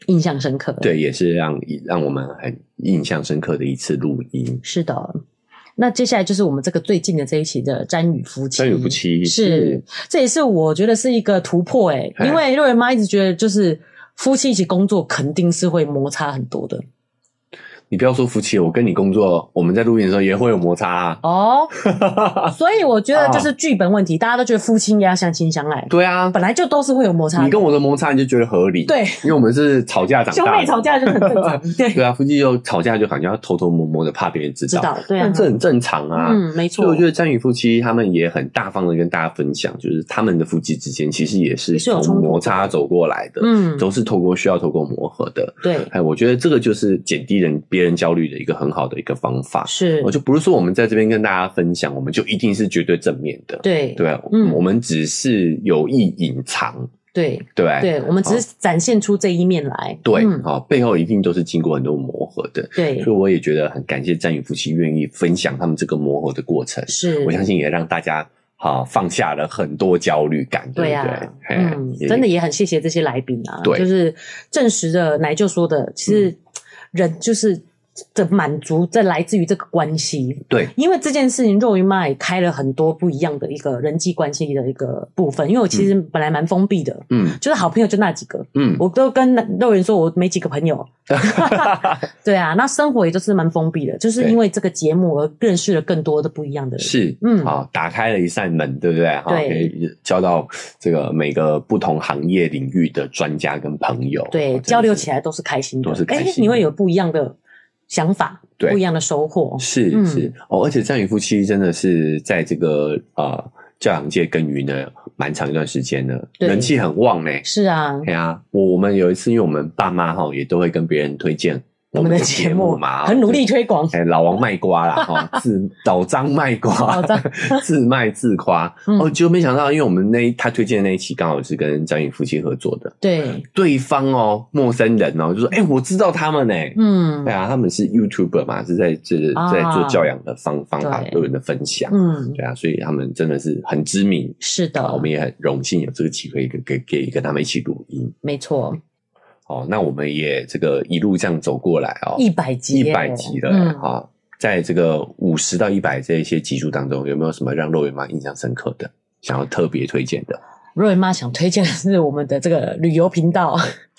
A: 印象深刻，，
B: 对，也是让让我们很印象深刻的一次录音。
A: 是的。那接下来就是我们这个最近的这一期的《詹宇夫妻》，
B: 三与不妻嗯
A: 是，这也是我觉得是一个突破诶、欸
B: 哎
A: 因为肉圆妈一直觉得就是夫妻一起工作肯定是会摩擦很多的
B: 你不要说夫妻，我跟你工作，我们在录音的时候也会有摩擦、啊。
A: 哦。 所以我觉得就是剧本问题，大家都觉得夫妻应该要相亲相爱，
B: 对啊，
A: 本来就都是会有摩擦
B: 你
A: 的。
B: 跟我的摩擦你就觉得合理，，
A: 对，
B: 因为我们是吵架长
A: 兄
B: 大
A: 妹
B: 的，
A: 吵架就很正常。 对，
B: 对啊，夫妻就吵架就好像要偷偷摸摸的，怕别人知
A: 知
B: 道，
A: 道，对啊
B: 但，这很正常啊。
A: 嗯，没
B: 所
A: 错
B: 以我，觉得詹宇夫妻他们也很大方的跟大家分享，就是他们的夫妻之间其实也是
A: 也是有冲
B: 从
A: 突的
B: 摩擦走过来的，
A: 嗯，
B: 都是透过需要透过磨合的。
A: 对，
B: 哎，我觉得这个就是减低人别人焦虑的一个很好的一个方法。
A: 是
B: 我，就不是说我们在这边跟大家分享，我们就一定是绝对正面的，
A: 对，
B: 对吧，
A: 嗯
B: 我们只是有意隐藏，
A: 对，
B: 对吧
A: 对，我们只是展现出这一面来。
B: 哎对
A: 嗯，
B: 好、背后一定都是经过很多磨合的。
A: 对
B: 所，以我也觉得很感谢詹宇夫妻愿意分享他们这个磨合的过程，
A: 是，
B: 我相信也让大家啊放下了很多焦虑感，
A: 对
B: 不
A: 呀、
B: 对？嘿
A: 嗯，
B: 也
A: 真的也很谢谢这些来宾啊，
B: 对嗯
A: 就是证实的奶舅说的，其实人就是的满足，这来自于这个关系。
B: 对，
A: 因为这件事情，肉姨妈也开了很多不一样的一个人际关系的一个部分。因为我其实本来蛮封闭的，
B: 嗯
A: 就是好朋友就那几个，
B: 嗯，
A: 我都跟肉圆说我没几个朋 友。对啊，那生活也都是蛮封闭的，就是
B: 对
A: 因为这个节目而认识了更多的不一样的人。
B: 是，
A: 嗯
B: 好，打开了一扇门，对不对？哈，
A: 对
B: 可以交到这个每个不同行业领域的专家跟朋友，哦
A: 对，
B: 真的
A: 交流
B: 是
A: 起来都是开心的，
B: 都是开心
A: 诶
B: 的
A: 你会有不一样的想法，
B: 对
A: 不一样的收获。
B: 是
A: 嗯
B: 是、哦，而且战宇夫妻真的是在这个呃教养界耕耘了蛮长一段时间了，
A: 对
B: 人气很旺呢。
A: 是啊，
B: 对啊，我我们有一次，因为我们爸妈哈也都会跟别人推荐
A: 我们的节目
B: 嘛，
A: 很努力。推 广，
B: 哎，老王卖瓜啦，哈，自老张卖瓜
A: 老张，
B: 自卖自夸。
A: 嗯
B: 哦，结果没想到，因为我们那一他推荐的那一期刚好是跟张宇夫妻合作的，
A: 对，
B: 对方哦，陌生人哦，就说，哎，我知道他们呢，
A: 嗯
B: 对啊，他们是 YouTuber 嘛，是在这
A: 啊
B: 在做教养的方方法
A: 对
B: 论的分享，
A: 嗯，
B: 对啊，所以他们真的是很知名。
A: 是
B: 啊，我
A: 的
B: 们，也很荣幸有这个机会跟跟可以跟他们一起录音。
A: 没错，
B: 哦，那我们也这个一路这样走过来哦，
A: 一百集耶，
B: 一百集了
A: 嗯
B: 哈、哦在这个五十到一百这一些集数当中，有没有什么让肉圆妈印象深刻的，想要特别推荐的？
A: 瑞妈想推荐的是我们的这个旅游频道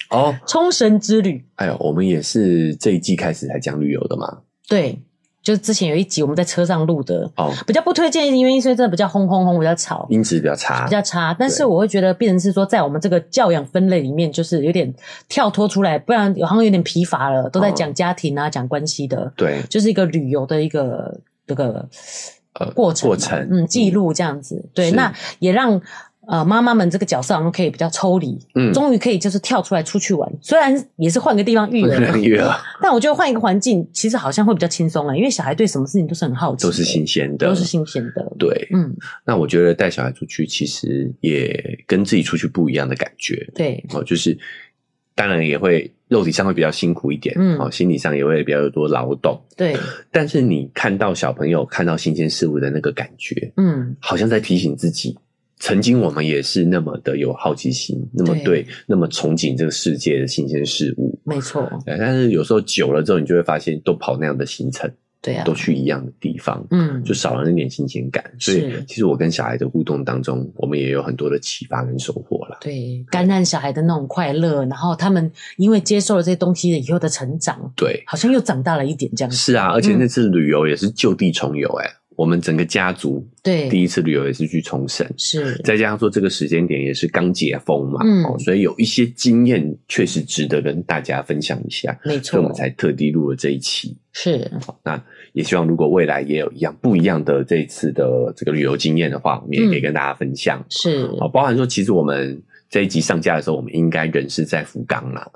A: 《
B: 哦，
A: 冲绳之旅》，
B: 哎呦，我们也是这一季开始才讲旅游的嘛。
A: 对，就是之前有一集我们在车上录的，
B: 哦，
A: 比较不推荐，因为因为真的比较轰轰轰，比较吵，
B: 音质比较差，
A: 比较差，但是
B: 对
A: 我会觉得变成是说，在我们这个教养分类里面，就是有点跳脱出来，不然好像有点疲乏了，都在
B: 哦
A: 讲家庭啊，讲、关系的，
B: 对，
A: 就是一个旅游的一个这个
B: 呃
A: 过程嘛、
B: 过程
A: 嗯，记录这样子，对，
B: 是
A: 那也让。呃，妈妈们这个角色好像可以比较抽离，
B: 嗯
A: 终于可以就是跳出来出去玩，虽然也是换个地方育 儿，
B: 月了，
A: 但我觉得换一个环境，其实好像会比较轻松啊，因为小孩对什么事情都是很好奇的，
B: 都是新鲜的，
A: 都是新鲜的，
B: 对，
A: 嗯，
B: 那我觉得带小孩出去，其实也跟自己出去不一样的感觉
A: 对，
B: 哦，就是当然也会肉体上会比较辛苦一点，
A: 嗯
B: 哦，心理上也会比较有多劳动，
A: 对，
B: 但是你看到小朋友看到新鲜事物的那个感觉，
A: 嗯，
B: 好像在提醒自己。曾经我们也是那么的有好奇心，那么
A: 对
B: 对，那么憧憬这个世界的新鲜事物。
A: 没错，
B: 对但是有时候久了之后，你就会发现都跑那样的行程，
A: 对啊
B: 都，去一样的地方。
A: 嗯，
B: 就少了那点新鲜感。所以
A: 是
B: 其实我跟小孩的互动当中，我们也有很多的启发跟收获啦。
A: 对，感染小孩的那种快乐，然后他们因为接受了这些东西以后的成长，
B: 对，
A: 好像又长大了一点这样子。
B: 是啊，而
A: 嗯
B: 且那次旅游也是就地重游、欸，我们整个家族第
A: 对，
B: 一次旅游也是去冲绳。
A: 是，
B: 再加上说这个时间点也是刚解封嘛，
A: 嗯
B: 哦，所以有一些经验确实值得跟大家分享一下，
A: 没
B: 所以
A: 错
B: 我，们才特地录了这一期。
A: 是，
B: 也希望如果未来也有一样不一样的这一次的这个旅游经验的话，我们也可以
A: 嗯
B: 跟大家分享。
A: 是，
B: 哦，包含说，其实我们这一集上架的时候，我们应该人是在福冈啦。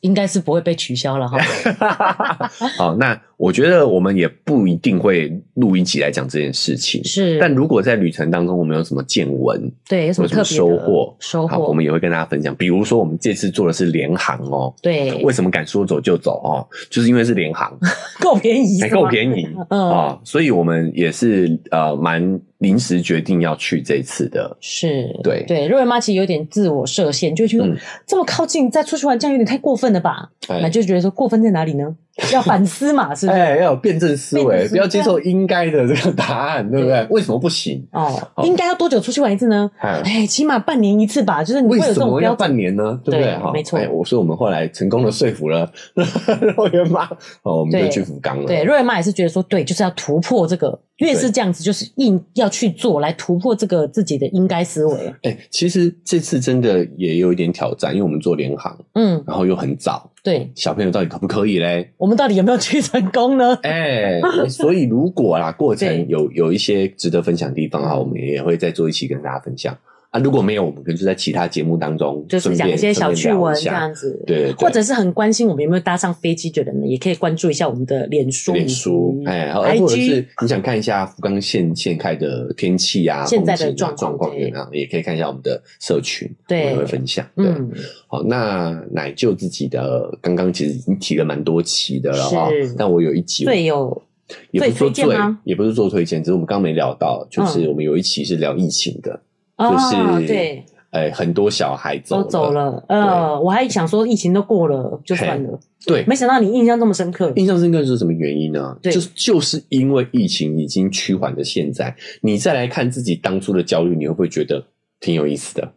A: 应该是不会被取消了 哈。啊
B: 好，那我觉得我们也不一定会录一集来讲这件事情。
A: 是，
B: 但如果在旅程当中我们有什么见闻，
A: 对，有什
B: 有
A: 么
B: 什
A: 特
B: 么
A: 别的
B: 收获，
A: 收
B: 好，我
A: 获，
B: 们也会跟大家分享。比如说，我们这次做的是联航哦，
A: 对
B: 为，什么敢说走就走哦？就是因为是联航，
A: 够便宜，
B: 哎还够
A: 宜，
B: 便宜啊、
A: 嗯，
B: 哦所以我们也是呃蛮临时决定要去这一次的。
A: 是，
B: 对
A: 对，瑞文妈其实有点自我设限，就会觉得
B: 嗯
A: 这么靠近再出去玩，这样有点太过分了吧？
B: 哎
A: 那就觉得说过分在哪里呢？要反思嘛，是不是？
B: 哎，要有辩证思
A: 辩证
B: 维，
A: 思维
B: 不要接受应该的这个答案，对不对？为什么不行？
A: 哦，应该要多久出去玩一次呢？
B: 哎，
A: 哎，起码半年一次吧，就是你会
B: 为
A: 有这
B: 什
A: 种
B: 么
A: 标
B: 要
A: 准。
B: 半年呢？对不对？
A: 对
B: 哈，
A: 没错嗯
B: 哎我说我们后来成功的说服了 肉圆妈，哦，我们就
A: 对
B: 去福冈了。
A: 对，瑞文妈也是觉得说，对，就是要突破这个，越是这样子，就是硬要去做，来突破这个自己的应该思维。
B: 哎、其实这次真的也有一点挑战，因为我们做联航，
A: 嗯，
B: 然后又很早，
A: 对，
B: 小朋友到底可不可以 嘞？
A: 我们到底有没有去成功 呢？
B: 哎、所以如果啦，过
A: 对
B: 程有有一些值得分享的地方啊，我们也会再做一期跟大家分享啊。如果没有，我们可能就在其他节目当中
A: 就是
B: 顺
A: 讲
B: 便
A: 一些小趣
B: 顺便聊
A: 闻
B: 一
A: 这
B: 下，
A: 样子。
B: 对对对
A: 或者是很关心我们有没有搭上飞机的人呢，也可以关注一下我们的脸书、嗯
B: 脸书
A: 以，及
B: 哎，或者
A: IG
B: 是。你想看一下福冈县现开的天气啊、
A: 现在的
B: 风景啊
A: 状况
B: 状况
A: 对
B: 怎么样，也可以看一下我们的社群，
A: 对
B: 我们也会分享。对，
A: 嗯，
B: 好，那奶舅自己的刚刚其实已经提了蛮多期的了哈
A: 是，
B: 但我有一集我
A: 最有
B: 也不是
A: 最
B: 说
A: 推荐
B: 最
A: 吗，嗯
B: 也不是做推荐，只是我们刚刚没聊到，就是我们有一期是聊疫情的，就是
A: 哦，对，
B: 哎，很多小孩走
A: 都走，了。呃，我还想说疫情都过了就算了，
B: 对。
A: 没想到你印象这么深刻。
B: 印象深刻是什么原因呢？
A: 对
B: 就是就是因为疫情已经趋缓的现在，你再来看自己当初的焦虑，你会不会觉得挺有意思的？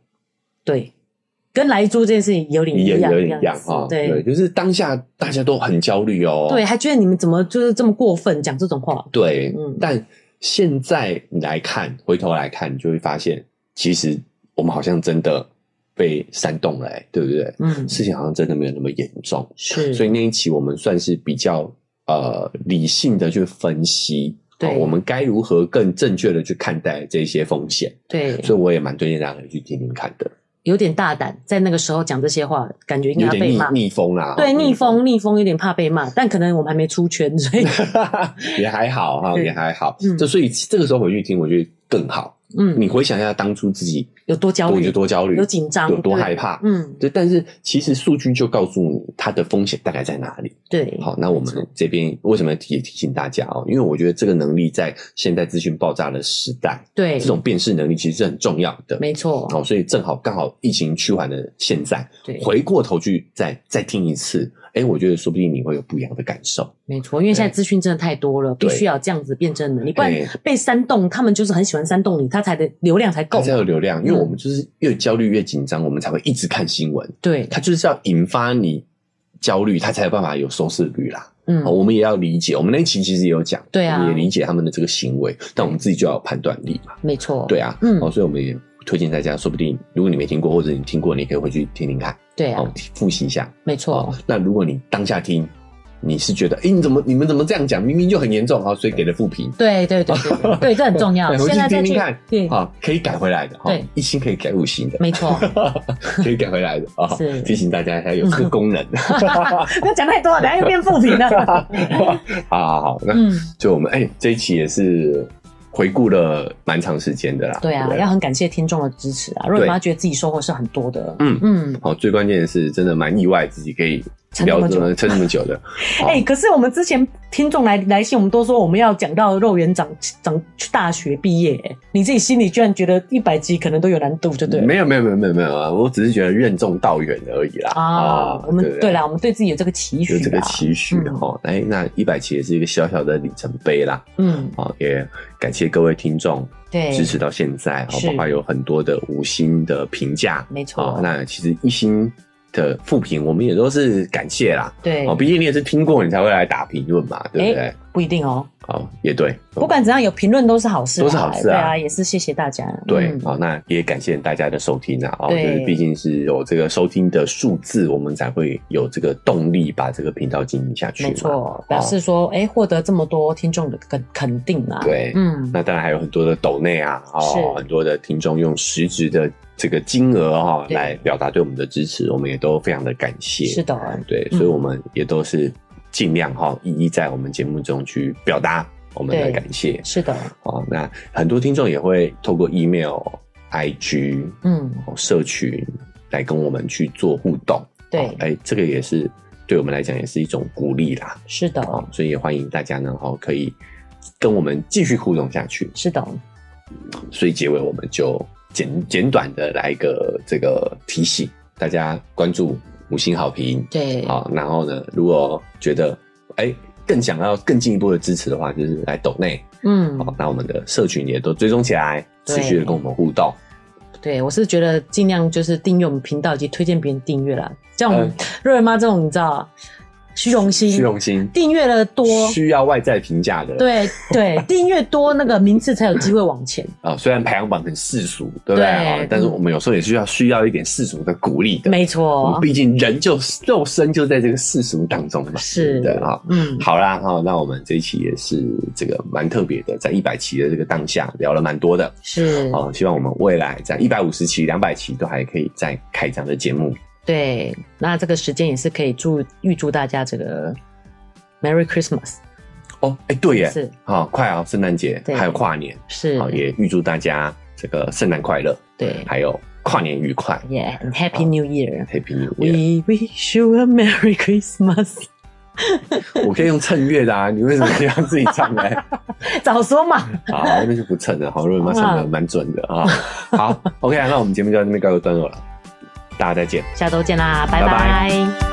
A: 对，跟来租这件事情有点一
B: 也
A: 样，
B: 有点一样
A: 子
B: 哈。
A: 对
B: 就是当下大家都很焦虑哦。
A: 对，还觉得你们怎么就是这么过分讲这种话？
B: 对，
A: 嗯
B: 但现在你来看，回头来看，你就会发现，其实我们好像真的被煽动了、欸，对不对？
A: 嗯，
B: 事情好像真的没有那么严重，
A: 是，
B: 所以那一期我们算是比较呃理性的去分析，
A: 对
B: 哦我们该如何更正确的去看待这些风险，
A: 对，
B: 所以我也蛮推荐大家可以去听听看的，
A: 有点大胆，在那个时候讲这些话，感觉应该
B: 有
A: 要
B: 点
A: 被
B: 逆
A: 骂。
B: 逆风啦，
A: 对，
B: 哦
A: 逆风，逆风有点怕被骂，但可能我们还没出圈，所 以
B: 也还好哈，
A: 对
B: 也还好
A: 嗯，
B: 就所以这个时候回去听，我觉得更好。
A: 嗯，
B: 你回想一下当初自己
A: 有多焦
B: 多就
A: 虑，
B: 多焦虑，
A: 有紧张，
B: 有多
A: 对
B: 害怕。
A: 嗯，
B: 对，但是其实数据就告诉你它的风险大概在哪里。
A: 对，
B: 好，那我们这边为什么要提提醒大家哦？因为我觉得这个能力在现在资讯爆炸的时代，
A: 对
B: 这，种辨识能力其实是很重要的。
A: 没错，
B: 好，所以正好刚好疫情趋缓的现在，
A: 对，
B: 回过头去再再听一次，哎，我觉得说不定你会有不一样的感受。
A: 没错，因为现在
B: 对
A: 资讯真的太多了，必
B: 对
A: 须要这样子辩证的，你不然
B: 哎
A: 被煽动，他们就是很喜欢煽动你，他才的流量才够
B: 它。才有流量，因为
A: 嗯
B: 我们就是越焦虑越紧张，我们才会一直看新闻。
A: 对，
B: 它就是要引发你焦虑，它才有办法有收视率啦。
A: 嗯
B: 好，我们也要理解，我们那一期其实也有讲，
A: 对啊
B: 我们也理解他们的这个行为，但我们自己就要有判断力嘛，
A: 没错，
B: 对啊，
A: 嗯
B: 哦，所以我们也推荐大家，说不定如果你没听过，或者你听过，你可以回去听听看，
A: 对啊
B: 哦，，复习一下。
A: 没错
B: 哦，，那如果你当下听，你是觉得，哎，你怎么你们怎么这样讲？明明就很严重，好，所以给了负评。
A: 对
B: 哎
A: 对对对 对对，这很重要
B: 对，。回
A: 现
B: 去
A: 在再哎
B: 听
A: 去
B: 听看，
A: 对，
B: 好，可以改回来的，哈
A: 对，
B: 一星可以改 五星的，
A: 没错，
B: 可以改回来的啊
A: 是！
B: 提醒大家一下，有这 个功能。
A: 不要讲太多，等下又变负评 了。
B: 好好好，那
A: 嗯，
B: 就我们哎、这一期也是回顾了蛮长时间的啦。
A: 对啊，
B: 不
A: 要很感谢听众的支持啊！如果你妈觉得自己收获是很多的，
B: 嗯
A: 嗯，
B: 好，最关键的是真的蛮意外，自己可以
A: 撑这
B: 聊
A: 么久
B: 这么撑这么久的。好
A: 哎、可是我们之前听众来来信，我们都说我们要讲到肉圆长长去大学毕业、哎你自己心里居然觉得一百集可能都有难度，就 对了。
B: 没有没有没有没有没有啊，我只是觉得任重道远而已啦。
A: 啊，我们
B: 对不
A: 对啦，我们对自己有这个期许
B: 有
A: 啦，
B: 这个期许
A: 嗯
B: 哈，哎、那一百期也是一个小小的里程碑啦，
A: 嗯，
B: 好，也感谢各位听众
A: 对，
B: 支持到现在，好，
A: 是
B: 包括有很多的五星的评价，
A: 没
B: 好
A: 错，，
B: 那其实一星的复评我们也都是感谢啦，
A: 对
B: 哦，，毕竟你也是听过，你才会来打评论嘛，对不对？
A: 哎不一定哦，
B: 哦，也对，
A: 不管怎样有评论都是好事啦，
B: 都是好事啊
A: 对啊，也是谢谢大家，
B: 对
A: 嗯，
B: 好、那也感谢大家的收听啊，哦，就
A: 对
B: 是毕竟是有这个收听的数字，我们才会有这个动力把这个频道经营下去嘛。哦
A: 没错，表示说，哎，获得这么多听众的肯肯定啊，
B: 对
A: 嗯，
B: 那当然还有很多的抖内啊，哦，
A: 是
B: 很多的听众用实质的这个金额哈、哦、
A: 对
B: 来表达对我们的支持，我们也都非常的感谢。
A: 是的，
B: 对，
A: 嗯
B: 所以我们也都是尽量哈、一一在我们节目中去表达我们的
A: 对
B: 感谢。
A: 是的，
B: 哦，那很多听众也会透过 email、IG、
A: 嗯，
B: 哦、社群来跟我们去做互动。哦
A: 对，
B: 哎、这个也是对我们来讲也是一种鼓励啦。
A: 是的，
B: 哦，所以也欢迎大家呢，哦，可以跟我们继续互动下去。
A: 是的，
B: 所以结尾我们就简简短的来一个这个提醒，大家关注五星好评。啊
A: 对，
B: 好、然后呢，如果觉得哎、哎更想要更进一步的支持的话，就是来抖内。
A: 嗯，
B: 好，那我们的社群也都追踪起来，
A: 对
B: 持续的跟我们互动。
A: 对，我是觉得尽量就是订阅我们频道以及推荐别人订阅啦。像我们瑞瑞妈这种，你知道，虚荣心，
B: 嗯虚荣心
A: 订阅了多，
B: 需要外在评价的，
A: 对对，订阅多那个名次才有机会往前。
B: 啊、虽然排行榜很世俗，对不
A: 对
B: 对
A: 嗯
B: 啊？但是我们有时候也需要需要一点世俗的鼓励的。
A: 没
B: 我们
A: 错，
B: 毕竟人就肉身就在这个世俗当中嘛。
A: 是
B: 的啊。
A: 嗯，
B: 好啦，哈、那我们这一期也是这个蛮特别的，在一百期的这个当下聊了蛮多的
A: 是，
B: 哦。希望我们未来在一百五十期、两百期都还可以再开这样的节目。
A: 对。那这个时间也是可以祝预祝大家这个 Merry Christmas，
B: 哦，哎，对耶，
A: 是
B: 好、快啊，圣诞节
A: 对
B: 还有跨年，好、
A: 是，
B: 也预祝大家这个圣诞快乐，
A: 对
B: 还有跨年愉快
A: ，Yeah，and Happy New Year。
B: ，Happy New Year。
A: We wish you a Merry Christmas。
B: 我可以用衬乐的啊， 你为什么可以让自己 唱呢？
A: 早说嘛！
B: 好，那就不蹭了。好，瑞文妈唱的哦蛮准的 啊。好，OK，啊那我们节目就到这边告一段落了，大家再见。
A: 下周见啦，拜
B: 拜
A: 拜。
B: 拜